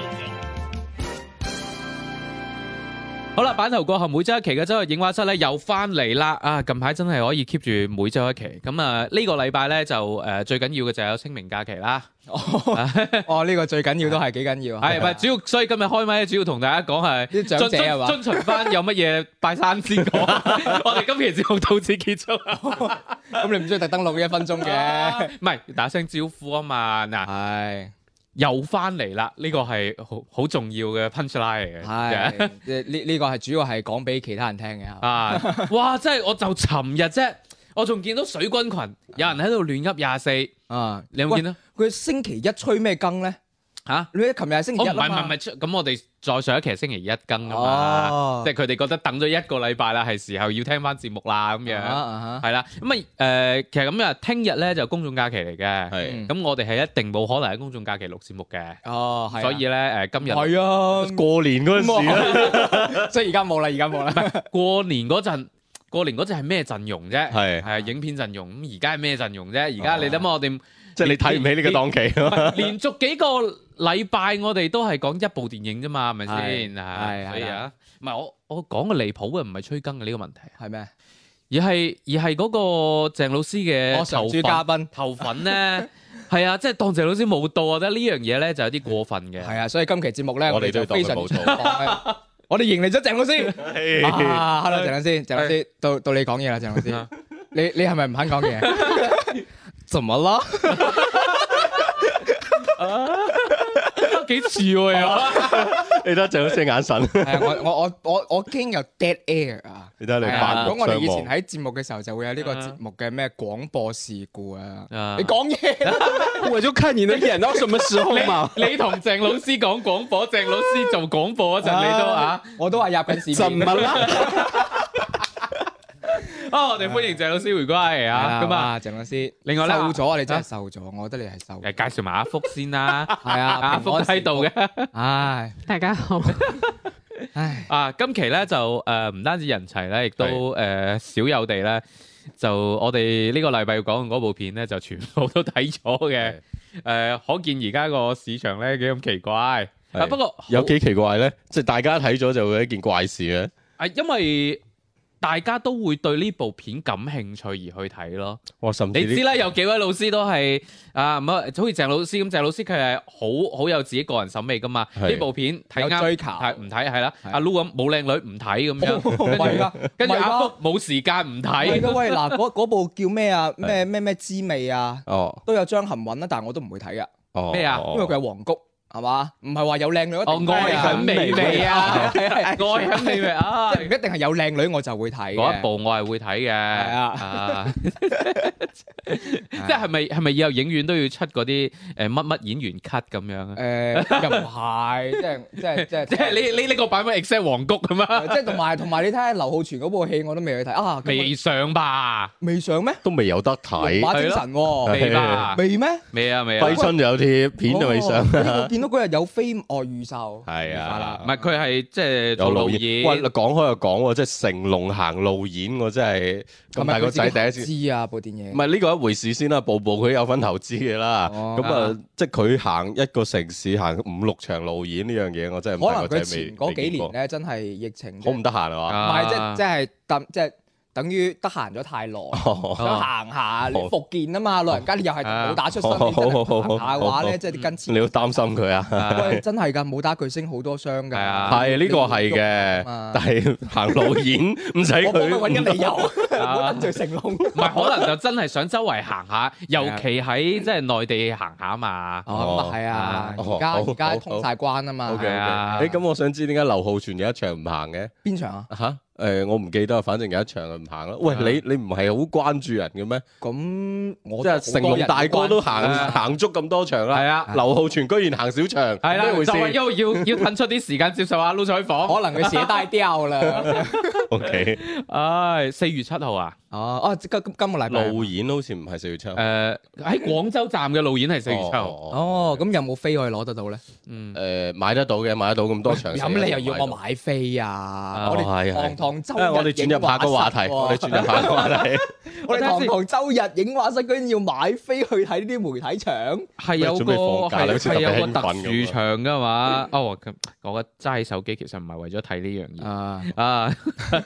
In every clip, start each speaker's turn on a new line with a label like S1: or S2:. S1: 影。
S2: 好啦，版頭過後每周一期嘅周日影畫室咧又翻嚟啦！啊，近排真係可以 keep 住每周一期。咁啊，呢個禮拜咧就誒、呃最緊要嘅就係有清明假期啦。
S3: 哦，呢個最緊要都係幾緊要啊，
S2: 係咪？主要所以今日開咪主要同大家講係 啊
S3: 啲長者啊係嘛
S2: 遵遵 循翻有乜嘢拜山先講。我哋今期節目到此結束啦。
S3: 咁你唔需要特登錄一分鐘嘅，
S2: 唔係打聲招呼啊嘛！嗱，
S3: 係
S2: 又翻嚟啦，呢、個係好好重要嘅 punchline 嚟 嘅。
S3: 係呢呢個係主要係講俾其他人聽嘅，
S2: 啊！哇！真係我就尋日啫，我仲見到水軍群有人喺度亂噏廿四，
S3: 啊，
S2: 你有冇見到？
S3: 喂？佢星期一吹咩更咧？
S2: 嚇？
S3: 你琴日係星期
S2: 我
S3: 一
S2: 唔係
S3: 啊
S2: 唔係唔
S3: 嘛
S2: 係，咁我哋再上一期係星期一更啊嘛，
S3: 哦
S2: 即係佢哋覺得等咗一個禮拜啦，係時候要聽翻節目啦咁
S3: 啊
S2: 樣，
S3: 啊
S2: 係啦。咁啊誒，其實咁啊，聽日咧就公眾假期嚟嘅，
S4: 係
S2: 咁我哋係一定冇可能喺公眾假期錄節目嘅，
S3: 哈哦，係啊
S2: 所以咧誒今日
S3: 係啊，
S4: 過年嗰陣時咧，
S3: 即係而家冇啦，而家冇啦，
S2: 過年嗰陣。過年嗰陣係咩陣容啫？
S4: 係
S2: 係影片陣容，咁而家係咩陣容啫？而家你諗下，我哋
S4: 即係你睇唔起呢個檔
S2: 唔
S4: 期咯。
S2: 係連續幾個禮拜我哋都係講一部電影啫嘛，係咪先？
S3: 係
S2: 啊
S3: 係
S2: 所以
S3: 係
S2: 啊，唔係我我講嘅離譜嘅唔係催更嘅呢個問題，
S3: 係咩？
S2: 而係而係嗰個鄭老師
S3: 我
S2: 嘅
S3: 常
S2: 頭
S3: 駐嘉
S2: 粉
S3: 賓，
S2: 頭粉咧， 係啊，即係當鄭老師冇到，我覺得呢樣嘢咧就有啲過分嘅。
S3: 係啊，所以今期節目咧，
S4: 我哋
S3: 就
S4: 都
S3: 非
S4: 要
S3: 常
S4: 當佢冇
S3: 到，我哋迎嚟咗鄭老師。啊，hello，鄭老師，鄭老師，到到你講嘢啦，鄭老師
S2: 啊，
S3: 你你係咪唔肯講嘢？怎麼啦？
S2: 幾似喎又，
S4: 你睇下鄭老師嘅眼神，
S3: 係啊，我我我我我驚有 dead air 啊！
S4: 你睇下你
S2: 係
S4: 扮
S2: 啊
S3: 如
S4: 目
S3: 果我哋以前
S4: 相望。
S3: 喺節目嘅時候就會有呢個節目嘅咩廣播事故啊，
S2: 啊。
S3: 你講嘢，
S5: 我就看你能演到什么时候 嘛
S2: 你同鄭老師講廣播，鄭老師做廣播嗰陣，你都啊，，
S3: 我都話入緊事
S5: 怎
S3: 故。
S5: 么了？
S2: 啊，我哋歡迎鄭老師回歸
S3: 係啦
S2: 啊，咁啊。
S3: 哇，鄭老師，
S2: 另外咧
S3: 瘦咗啊，你真係瘦咗，我覺得你係瘦。
S2: 誒介紹埋阿福先啦，
S3: 係啊
S2: 阿福都喺度嘅。
S3: 唉，
S6: 大家好，
S3: 唉，
S2: 啊，今期咧就呃誒唔、單止人齊咧，亦都誒、少有地咧，就我哋呢個禮拜要講嘅嗰部片咧，就全部都睇咗嘅。誒、呃可見而家個市場咧幾咁奇怪。啊，
S4: 係
S2: 不過
S4: 有幾奇怪咧？即係大家睇咗就會一件怪事嘅。
S2: 啊，因為大家都會對呢部片感興趣而去睇咯。
S4: 哇！甚至
S2: 你知
S4: 啲
S2: 啦，有幾位老師都係啊，唔好好似鄭老師咁，鄭老師佢係好好有自己個人審美噶嘛。
S4: 係
S2: 呢部片睇
S3: 有
S2: 啱
S3: 追求
S2: 係唔睇係啦。
S3: 係
S2: 阿 Lu 咁冇靚女唔睇 咁
S3: 唔
S2: 樣，
S3: 係
S2: 跟住
S3: 㗎，
S2: 跟住
S3: 唔係㗎
S2: 阿福冇時間唔睇。
S3: 係咯，喂，嗱，嗰嗰部叫咩啊？咩咩咩滋味啊？
S4: 哦
S3: 都有張含韻啦，但係我都唔會睇噶，
S4: 哦
S2: 咩啊
S3: 因為佢係黃谷，係嘛？唔係話有靚女一
S2: 哦
S3: 定，
S2: 愛
S3: 睇
S2: 很
S3: 啊，
S2: 美味 啊，
S3: 係係
S2: 愛很美味啊
S3: 即！係唔一定係有靚女我就會睇嘅
S2: 嗰一部我係會睇嘅，
S3: 啊
S2: 啊， 即
S3: Ờ.
S2: 係咪係咪以後影院都要出嗰啲呃誒乜乜演員 cut 咁樣啊？
S3: 誒又唔係，即係即係即係
S2: 即係你你呢個版本 exact 黃谷咁 啊？
S3: 即係同埋同埋你睇下劉浩存嗰部戲我都未去睇啊，咁
S2: 未上吧？
S3: 未上咩？
S4: 都未有得
S3: 龍
S4: 睇，
S3: 馬精神喎，
S2: 未 吧？
S3: 未咩？
S2: 未啊未啊
S4: 揮！春就有貼片都未上
S3: 哦。我見到嗰日有飛外預售，
S4: 係啊
S2: 唔係佢係即係
S4: 有
S2: 做
S4: 路
S2: 導
S4: 演，
S2: 演。
S4: 喂，講開又講喎，即係成龍行路演，我真係咁大個仔第一次
S3: 次。知啊部電
S4: 唔
S3: 影，
S4: 係呢個一回事先啦，步步佢有份投資嘅啦。
S3: 哦
S4: 咁啊，即係佢行一個城市行五六場路演呢樣嘢，我真係唔
S3: 可
S4: 大
S3: 能
S4: 個
S3: 佢
S4: 仔未
S3: 前嗰幾年，
S4: 未
S3: 咧真係疫情
S4: 見過好唔得閒啊嘛。
S3: 唔係即係
S2: 啊
S3: 即係等即係等於得閒咗太耐，
S4: 哦
S2: 哦
S3: 想行下你復健啊嘛，老人家你又係
S4: 啊
S3: 冇打出身，
S4: 好
S3: 你真
S4: 好好
S3: 係行
S4: 好
S3: 下嘅話
S4: 哦
S3: 咧，即係啲根
S4: 你
S3: 刺。
S4: 要擔心佢 啊？
S3: 喂，真係㗎，冇打巨星好多傷㗎。
S2: 係啊
S4: 係呢個係嘅
S3: 嘛，
S4: 但係行路演 唔使
S3: 我幫佢揾緊
S4: 佢
S3: 理由， 唔好
S2: 啊
S3: 得罪成龍。
S2: 唔係，可能就真係想周圍行下，尤其喺即係內地行下嘛。
S3: 哦，咁啊係啊，
S4: 哦
S3: 而家
S4: 好
S3: 而家
S4: 好
S3: 通晒關啊
S4: O
S3: 嘛
S4: K
S2: 係
S4: O
S2: 啊
S4: K，誒咁我想知點解劉浩存有一場唔行嘅？
S3: 邊場啊？
S4: 嚇誒，我唔記得，反正有一場就唔行啦。喂，你你唔係好關注人嘅咩？
S3: 咁我
S4: 即係成龍大哥都
S2: 啊
S4: 行行足咁多場啦，
S2: 係啊
S4: 劉浩存居然行少場，
S2: 係啦，
S4: 咩回
S2: 就係
S4: 事
S2: 因為要要騰出啲時間接受下撈採訪。
S3: 可能佢寫低掉啦。
S4: ？O K，
S2: 唉，四月七號啊，
S3: 哦，哦，即今今今個禮拜。
S4: 路演好似唔係四月七號。
S2: 誒喺廣州站嘅路演係四月七號，
S4: 哦，
S3: 哦，咁有冇飛可以攞得到咧？
S2: 嗯，
S4: 誒買得到嘅，買得到咁多場。
S3: 咁你又要我？買飛啊？我
S4: 係
S3: 哋
S4: 係
S3: 堂堂周
S4: 因為我哋
S3: 日
S4: 轉入下個 話題，我哋轉入下個話題。
S3: 我哋堂堂周日影畫室居然要買飛去睇呢啲媒體場，
S2: 係 有個
S4: 準備放假你
S2: 係
S4: 好似特
S2: 係
S4: 別
S2: 有個
S4: 興奮
S2: 特
S4: 咁
S2: 殊
S4: 啊
S2: 場㗎嘛？哦，咁我覺得齋手機其實唔係為咗睇呢樣嘢。
S3: 啊，
S2: 啊！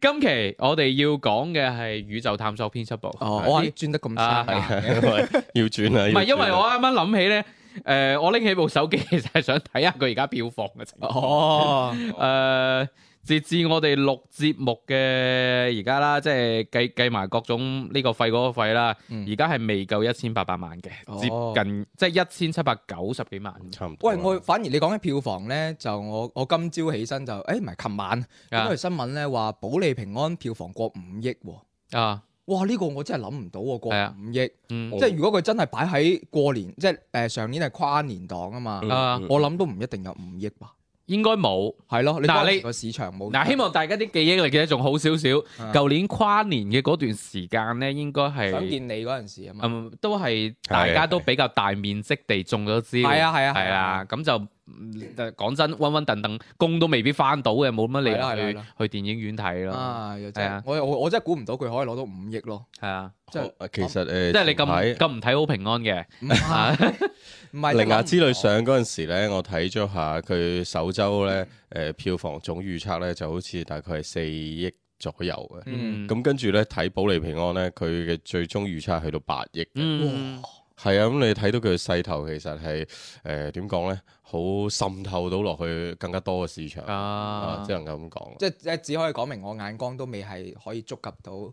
S2: 今期我哋要講嘅係宇宙探索編輯部。
S3: 哦，我話你轉得咁差
S2: 啊，
S4: 係啊， 要轉啦。
S2: 唔係因為我啱啱諗起咧，诶、我拎起部手機其實係想睇下佢而家票房嘅情況。
S3: 哦，
S2: 诶、呃截至我哋錄節目嘅而家啦，即係計計埋各種呢個費嗰個費啦，
S3: 嗯
S2: 而家係未夠一千八百萬嘅，
S3: 哦
S2: 接近即係一千七百九十幾萬。
S4: 差唔多
S3: 喂，
S4: 啦。
S3: 我反而你講緊票房咧，就我我今朝起身就，誒唔係琴晚
S2: 啊
S3: 因為新聞咧話保利平安票房過五億喎，
S2: 啊，
S3: 哇！呢個我真係諗唔到喎，過
S2: 係啊
S3: 五億，
S4: 哦
S2: 嗯
S3: 即係如果佢真係擺喺過年，即係誒上年係跨年檔啊嘛，
S4: 嗯
S2: 啊
S4: 嗯
S3: 我諗都唔一定有五億吧，
S2: 應該冇。
S3: 係咯，
S2: 嗱
S3: 你當時
S2: 你
S3: 個市場冇
S2: 嗱，希望大家啲記憶力嘅仲好少少。
S3: 啊
S2: 舊年跨年嘅嗰段時間咧，應該係
S3: 想見你嗰陣時啊嘛，啊
S2: 嗯，都係大家都比較大面積地中咗招，
S3: 係啊係啊
S2: 係啊，咁就嗯就講真，温温頓頓工都未必翻到嘅，冇乜理
S3: 係啦係啦係
S2: 由
S3: 啦
S2: 去去電影院睇咯，
S3: 啊，又
S2: 係
S3: 真
S2: 啊
S3: 係，我我我真係估唔到佢可以攞到五億咯，
S2: 係啊，
S3: 即係
S4: 呃其實誒，
S2: 即係你咁咁唔睇好平安嘅，
S3: 唔
S2: 啊
S3: 係唔係
S4: 《靈牙之旅》
S3: 上
S4: 上嗰陣時咧，我睇咗下佢首周咧，誒、
S2: 嗯
S4: 票房總預測咧就好似大概係四億左右嘅。
S3: 嗯
S4: 咁、跟住咧睇《保利平安》咧，佢嘅最終預測去到八億。
S2: 嗯，
S4: 係啊，咁你睇到佢嘅勢頭其實係誒點講咧，好滲透到落去更加多嘅市場
S2: 啊
S4: 啊，只能夠咁講啦。
S3: 即係即係只可以講明我眼光都未係可以觸及到，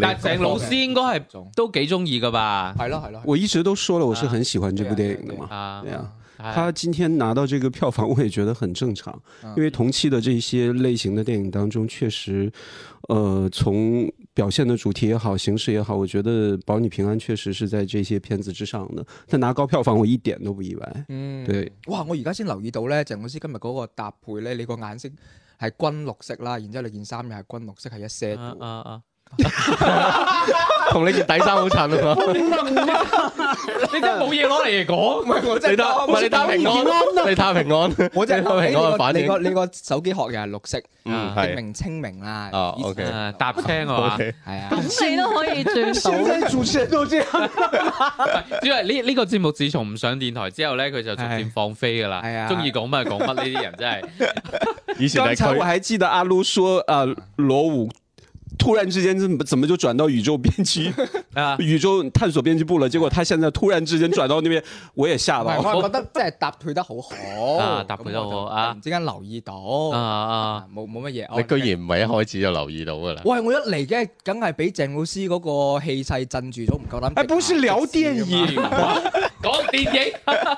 S2: 但係鄭啊老師應該係
S3: 種
S2: 都幾中意噶吧？
S3: 係咯係咯，
S5: 我一直都说了，我是很喜欢这部电影的嘛。
S2: 啊
S5: 啊对，啊，
S2: 係
S5: 他今天拿到这个票房，我 也觉得很正常，因为同期的这些类型的电影当中，确实，呃，从表现的主题也好，形式也好，我觉得《保你平安》确实是在这些片子之上的。他拿高票房，我一点都不意外。
S3: 嗯
S5: 對，
S3: 哇！我而家先留意到咧，鄭老師今日嗰個搭配咧，你個眼色係軍綠色啦，然之後你件衫又係軍綠色，係一些
S2: 啊啊啊！
S4: 同你件底衫好襯啊嘛！
S2: 你真係冇嘢攞 嚟講，
S3: 我真
S4: 你睇，唔係你睇平安，你睇平安，
S3: 我真
S4: 你
S3: 係
S4: 睇平安嘅
S3: 諗
S4: 反
S3: 起你個
S4: 應。
S3: 你個你個手機殼又係綠色，
S4: 嗯，
S3: 證
S4: 係。
S3: 明清明啦。
S4: 哦
S3: 以前啊
S4: OK
S2: 誒啊搭青係嘛？
S4: OK，
S3: 係啊，
S7: 咁你都可以轉到。
S5: 在主持人都这样，
S2: 因為呢呢個節目自從唔上電台之後咧，佢就逐漸
S3: 係
S2: 放飛噶
S3: 係
S2: 啦，
S3: 啊
S2: 中意講乜就講乜呢啲人真係。
S4: 以前
S5: 刚
S4: 係
S5: 才我
S4: 佢。
S5: 还记得阿撸说，呃，罗武突然之间怎么怎么就转到宇宙编 辑、
S2: 啊，
S5: 宇宙探索编辑部了？结果他现在突然之间转到那边，我也吓
S3: 唔係
S5: 到。
S3: 我係覺得真係搭配得好好
S2: 啊，搭配得好好啊
S3: 咁我就突然之間留意到
S2: 啊啊！
S3: 冇冇乜嘢。
S4: 你
S3: 哦
S4: 居然唔係一開始就留意到㗎啦，
S3: 喂，我一嚟嘅，梗係俾鄭老師嗰個氣勢鎮住咗，唔夠膽。
S5: 哎，不是聊电影，
S3: 啊
S2: 講電影，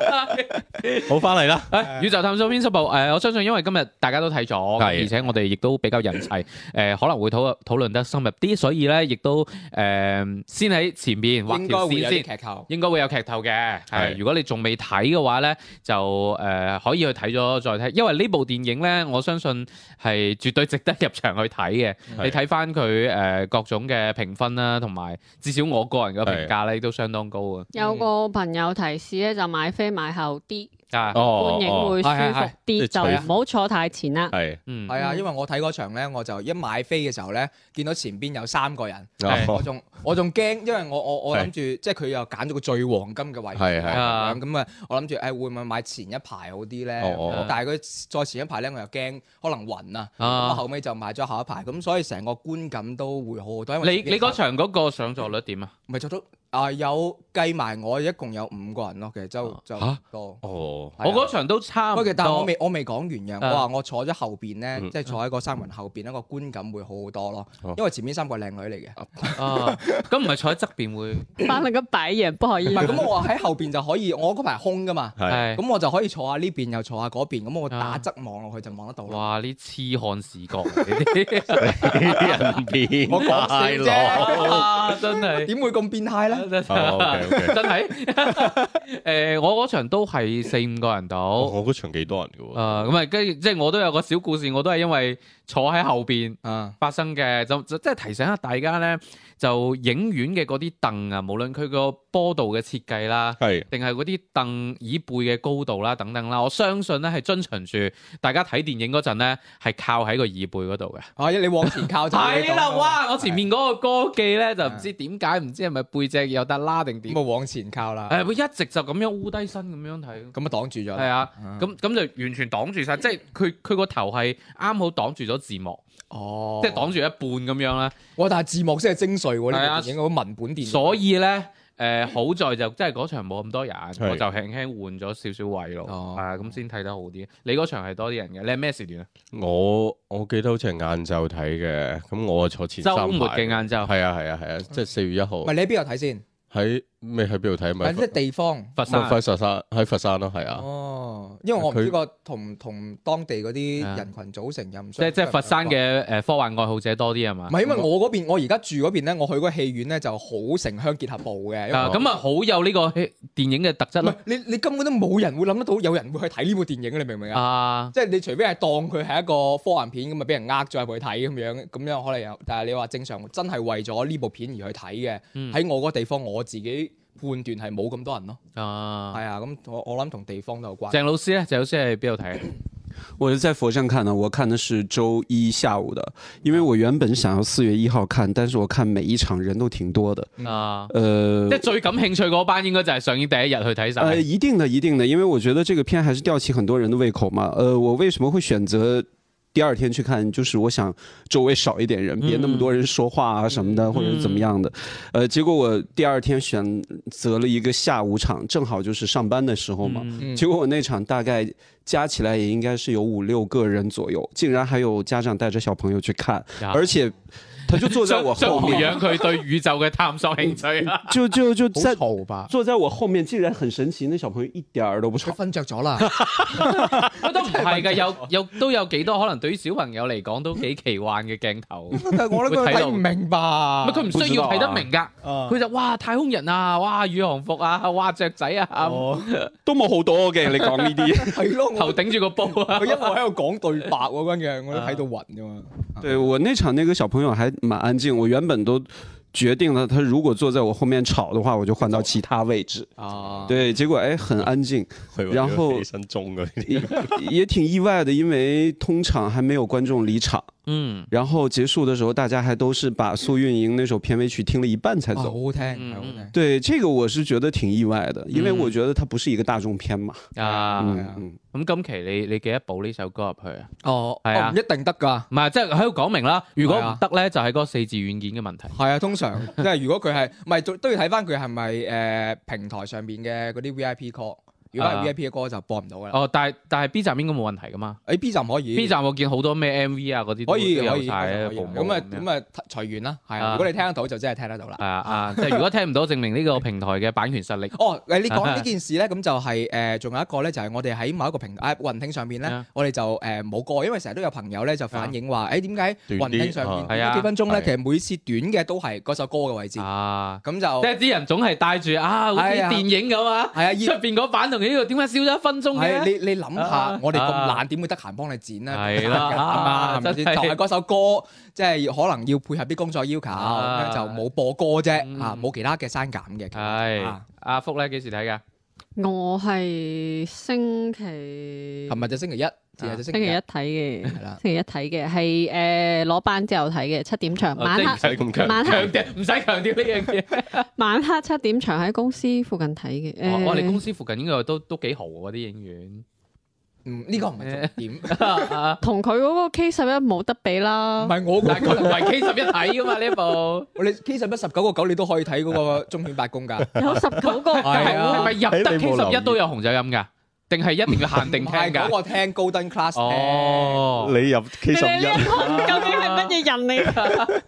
S4: 好翻嚟啦，
S2: 誒宇宙探索編輯部，誒我相信因為今日大家都睇咗，
S4: 係
S2: 而且我哋亦都比較人齊，誒可能會討討論得深入啲，所以咧亦都誒先喺前面 畫
S3: 應該
S2: 條
S3: 會
S2: 線
S3: 有啲
S2: 先。
S3: 劇透。
S2: 應該會有劇透嘅，係
S4: 係
S2: 如果你仲未睇嘅話咧，就誒、呃可以去睇咗再睇，因為呢部電影咧，我相信係絕對值得入場去睇嘅。
S4: 係
S2: 你睇翻佢誒各種嘅評分啦，同埋至少我個人嘅評價咧都相當高啊嘅。
S1: 有個朋友提示咧，就買飛買後啲，
S2: 啊，
S4: 哦
S1: 觀影會舒服
S4: 哦
S1: 啲，
S4: 哦係係係
S1: 就唔好坐太 前啦。
S4: 係
S2: 嗯，
S3: 係啊，因為我睇嗰場咧，我就一買飛嘅時候咧，見到前邊有三個人，
S2: 係
S4: 哦
S3: 我仲我仲驚，因為我我我
S4: 係
S3: 諗住，即係佢又揀咗個最黃金嘅位置
S4: 係係
S2: 啊
S3: 咁咁啊，我諗住誒會唔會買前一排好啲咧？
S4: 哦哦
S2: 哦
S3: 但係佢再前一排咧，我又驚可能暈啊，咁
S2: 啊
S3: 啊後尾就買咗後一排，咁所以成個觀感都會好好多。因為
S2: 你你嗰場嗰個上座率點啊？
S3: 唔係做到啊有計埋我一共有五個人咯，其實就就
S4: 嚇
S3: 多。
S4: 哦，
S3: 係啊
S2: 我嗰場都差唔多
S3: 喂，其實。但係我未我未講完嘅，
S2: 啊
S3: 我話我坐咗後邊咧，
S4: 嗯
S3: 即係坐喺個三個人後邊咧，個觀感會好好多咯
S4: 哦。
S3: 因為前面三個係靚女 嚟嘅，
S2: 啊，咁唔係坐喺側邊會
S1: 翻嚟個擺嘢不可
S3: 唔
S1: 以
S3: 係。咁我話喺後邊就可以，我嗰排空噶嘛，
S4: 係
S2: 係
S3: 咁我就可以坐下呢邊又坐下嗰邊，咁我
S2: 啊
S3: 打側望落去就望得到啦。
S2: 哇！呢痴漢視覺呢
S4: 人變
S3: 我講笑啫
S4: 態
S2: 哦
S4: 佬
S2: 啲，哇真係
S3: 點會咁變態咧？
S4: 哦，OK，OK
S2: 真係誒，我嗰場都係四五個人到。
S4: 我嗰場幾多人
S2: 誒
S4: 嘅喎，
S2: 咁啊，跟住即係我都有個小故事，我都係因為坐喺後邊
S3: 啊，
S2: 發生嘅，就就即係提醒下大家咧，就影院嘅嗰啲凳啊，無論佢個坡度嘅設計啦。
S4: 係
S2: 定係嗰啲凳椅背嘅高度啦，等等啦，我相信咧係遵循住大家睇電影嗰陣咧係靠喺個椅背嗰度嘅。
S3: 啊，你啊往前 靠就會
S2: 係啦，
S3: 到
S2: 哇！我前面嗰個歌記咧就唔知點解，唔知係咪背脊有得拉定點
S3: 咁，啊往前靠啦，
S2: 誒會一直就咁樣烏低身咁樣睇。
S3: 咁啊擋住咗
S2: 係
S3: 啦，
S2: 啊，
S3: 嗯
S2: 咁咁就完全擋住晒，即係佢佢個頭係啱好擋住咗字幕，
S3: 哦，
S2: 即係擋住一半咁樣啦。
S3: 哇！但係字幕先係精髓
S2: 係
S3: 喎，呢
S2: 啊
S3: 部電影嗰個文本電影，
S2: 所以咧，誒好在就真係嗰場冇咁多人，
S4: 係
S2: 我就輕輕換咗少少位咯，
S3: 哦
S2: 啊咁先睇得好啲。你嗰場係多啲人嘅，你係咩時段啊？
S4: 我我記得好似係晏晝睇嘅，咁我啊坐前三
S2: 週末
S4: 排
S2: 嘅晏晝
S4: 係啊係啊係啊，即係四月一號
S3: 唔係你喺邊度睇先？
S4: 喺咩喺邊度睇
S3: 或者
S4: 咪？
S3: 地方？
S2: 佛
S4: 咪
S2: 山
S4: 佛山喺佛山咯，係啊，
S3: 哦，因為我唔知
S4: 佢
S3: 個同同當地嗰啲
S2: 啊
S3: 人群組成又唔
S2: 即係即係佛山
S3: 唔
S2: 嘅誒科幻愛好者多啲啊係嘛？
S3: 係因為我嗰邊，我而家住嗰邊咧，我去嗰個戲院咧就好城鄉結合部嘅。因為
S2: 啊咁啊，好有呢個戲電影嘅特質
S3: 唔
S2: 咯
S3: 係。你你根本都冇人會諗得到有人會去睇呢部電影，你明唔明啊？
S2: 啊，
S3: 即係你除非係當佢係一個科幻片咁啊，俾人呃咗入去睇咁樣，咁樣可能有。但係你話正常真係為咗呢部片而去睇嘅，
S2: 嗯
S3: 喺我嗰個地方我自己判斷係冇咁多人咯。
S2: 啊，
S3: 係啊，咁我我諗同地方都有關。
S2: 鄭老師咧，鄭老師係邊度睇？啊
S5: 我是在佛山看的，我看的是周一下午的，因为我原本想要四月一号看，但是我看每一场人都挺多的，
S3: 嗯
S2: 啊，
S5: 呃
S2: 即係最感興趣嗰班應該就係上映第一日去睇晒。
S5: 呃，
S2: 係
S5: 一定的，一定的，因为我觉得这个片还是吊起很多人的胃口嘛。呃，我为什么会选择第二天去看？就是我想周围少一点人，别那么多人说话啊什么的，或者是怎么样的。呃，结果我第二天选择了一个下午场，正好就是上班的时候嘛。
S3: 嗯
S5: 结果我那场大概加起来也应该是有五六个人左右，竟然还有家长带着小朋友去看，
S2: 呀
S5: 而且他就 坐在我
S2: 想
S5: 后
S2: 培
S5: 面，
S2: 養佢對宇宙嘅探索興趣啦。
S5: 就就就
S3: 好
S5: 在
S3: 嘈吧？
S5: 坐在我后面，竟然很神奇，那小朋友一点儿都不吵
S3: 佢。瞓着 咗啦。
S2: 啊都唔係 嘅，有有都有幾多可能對於小朋友嚟講都幾奇幻嘅鏡 頭。唔
S3: 但係我覺得佢睇唔明白，
S2: 係佢唔需要睇得明㗎，
S3: 啊
S2: 佢就哇太空人啊，哇宇航服啊，哇雀仔啊，
S3: 哦
S5: 都冇好多嘅，你講呢 啲。
S3: 係 咯，
S2: 頭
S3: 我
S2: 頂住個煲 啊
S3: 佢。一路喺度講對白喎，跟住我都睇到暈啫嘛。
S5: 對我那場那個小朋友還蠻安靜，我原本都決定了，他如果坐在我後面吵的話，我就換到其他位置。
S3: 啊，
S5: 對，結果哎很安靜，
S4: 佢
S5: 然後
S4: 起身鐘嗰 啲。
S5: 也 也挺意外的，因為通常還沒有觀眾離場，
S2: 嗯，
S5: 然後結束的時候大家還都是把蘇運瑩那首片尾曲聽了一半才
S3: 啊好
S5: 走。
S3: 好聽，係好
S2: 嗯
S3: 聽。
S5: 對，這個我是覺得挺意外的，因為
S2: 嗯
S5: 我覺得它不是一個大眾片嘛。
S2: 啊，
S5: 嗯嗯。
S2: 咁今期你你記得補呢首歌入去啊？
S3: 哦，
S2: 係啊
S3: 哦唔一定得㗎。
S2: 唔係，即係喺度講明啦。如果
S3: 係
S2: 唔
S3: 啊
S2: 得咧，就係嗰個四字軟件嘅問題。
S3: 係啊，通常 即係如果佢係唔係都都要睇翻佢係咪誒平台上邊嘅嗰啲 V I P call，如果係
S2: 啊
S3: V I P 嘅歌就播唔到㗎啦。
S2: 哦，但係但係 B 站應該冇問題噶嘛
S3: 誒 B 站可以
S2: ？B 站我見好多咩 MV 啊嗰啲都
S3: 可以
S2: 都
S3: 可
S2: 有
S3: 以
S2: 晒
S3: 可以咁啊咁
S2: 啊
S3: 啊隨緣啦，係啊。
S2: 啊
S3: 如果你聽得到就真係聽得到啦。
S2: 係啊啊！即係如果聽唔到，證明呢個平台嘅版權實力。
S3: 哦，誒你
S2: 啊
S3: 講呢件事咧，咁就係誒，仲有一個咧，就係我哋喺某一個平台雲聽上面咧
S2: 啊，
S3: 我哋就誒冇過，因為成日都有朋友咧就反映話，誒點解
S4: 短啲
S3: 雲聽上面
S4: 啊
S2: 係啊
S3: 短咗幾分鐘咧，
S4: 係
S3: 其實每次短嘅都係嗰首歌嘅位置，
S2: 啊！
S3: 咁
S2: 即
S3: 就
S2: 係啲人總係帶住啊，好似
S3: 係啊
S2: 電影咁啊，
S3: 係啊
S2: 出
S3: 要
S2: 邊嗰版同呢個點解少咗一分鐘
S3: 係
S2: 嘅？
S3: 你你諗下
S2: 啊，
S3: 我哋咁
S2: 啊
S3: 懶，點會得閒幫你剪咧？
S2: 係
S3: 啦，
S2: 啦
S3: 啊
S2: 啊
S3: 係咪先？就
S2: 真係
S3: 係嗰首歌，即係可能要配合啲工作要求，
S2: 啊
S3: 咁樣就冇播歌啫，
S2: 嗯
S3: 啊冇其他嘅刪減嘅。其實
S2: 係
S3: 啊
S2: 阿福咧幾時睇㗎？
S1: 我係星期
S3: 琴日就星期一，前日就星
S1: 星期
S3: 期
S1: 一
S3: 一
S1: 睇，嘅，
S3: 係啦。
S1: 星期一睇嘅係誒攞班之後睇嘅七點場，晚
S2: 即係
S1: 黑
S4: 唔使咁強
S1: 晚
S2: 強
S1: 黑
S2: 調唔使強調呢樣嘢。
S1: 晚黑七點場喺公司附近睇嘅。
S2: 我我哋公
S1: 誒
S2: 司附近應該都都幾豪喎啲影院。
S3: 嗯，呢個唔係重點，
S1: 同佢嗰個 K 十一冇得比
S3: 唔
S1: 啦。
S3: 係我
S2: 但係
S3: 嗰個
S2: 佢唔係 K 十一睇噶嘛呢一部，
S3: 你 K 十一十九個九，你都可以睇嗰個忠犬八公㗎。
S1: 有十九個
S3: 係啊
S2: 係咪入得
S4: 你冇
S2: K
S4: 留意
S2: 十一都有紅酒飲㗎？定係一定要限定聽
S3: 唔係嗰
S2: 㗎？
S3: 個聽 Golden Class 聽。
S2: 哦，
S4: 你入 K 十
S1: 你呢一
S4: 一，
S1: 套究竟係乜嘢人嚟㗎？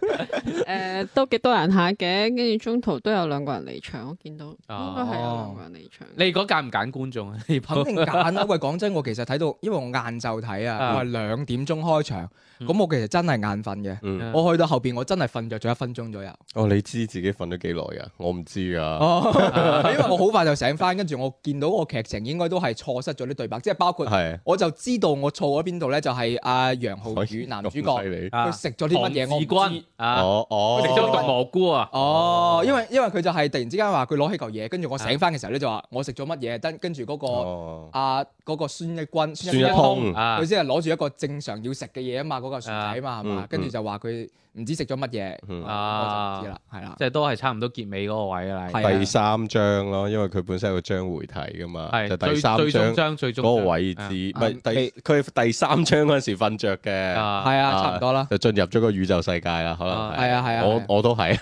S1: 诶，都幾多人下嘅，跟住中途都有兩個人離場，我見到應該係有兩個人離場。
S2: 你嗰揀唔揀觀眾啊？呢部
S3: 肯定揀啦！喂，講真，我其實睇到，因為我晏晝睇啊，
S2: 啊
S3: 我係兩點鐘開場，
S2: 嗯
S3: 咁我其實真係眼瞓嘅。
S2: 啊
S4: 嗯，
S3: 我去到後邊，我真係瞓着咗一分鐘左右，
S4: 哦，你知自己瞓咗幾耐噶？我唔知啊噶。
S3: 哦， 因為我好快就醒翻，跟住我見到個劇情應該都係錯失咗啲對白，即係包括
S4: 係
S3: 我就知道我錯咗邊度咧，就係阿楊浩宇男主 角
S4: 咁犀利
S3: 佢食咗啲乜嘢，我
S2: 唐
S3: 唔
S2: 志
S3: 知
S2: 軍啊，
S4: 哦哦，
S2: 食咗毒蘑菇啊！
S3: 哦，因為因為佢就係突然之間話佢攞起嚿嘢，跟住我醒翻嘅時候咧就話我食咗乜嘢，跟跟住嗰個
S4: 哦，
S3: 阿嗰個孫一軍孫
S4: 孫一通
S2: 啊
S3: 佢先係攞住一個正常要食嘅嘢啊嘛，嗰嚿薯仔啊嘛，係
S4: 嗯
S3: 嘛
S4: 嗯，
S3: 跟住就話佢唔知食咗乜嘢，
S4: 嗯
S3: 我就唔知啦，係啦，
S2: 即係都係差唔多結尾嗰個位啦，
S3: 係啊
S4: 第三章咯，因為佢本身有個章回體噶嘛，
S2: 係
S4: 啊就
S2: 最
S4: 第三
S2: 最終
S4: 章
S2: 章最終
S4: 嗰個位置，
S2: 章
S4: 唔
S3: 啊
S4: 係第佢第三章嗰陣時瞓着嘅，
S2: 啊，
S3: 係啊，差唔多啦，
S4: 就進入咗個宇宙世界啦，可能
S2: 啊
S3: 係啊係啊係啊
S4: 我我 都係，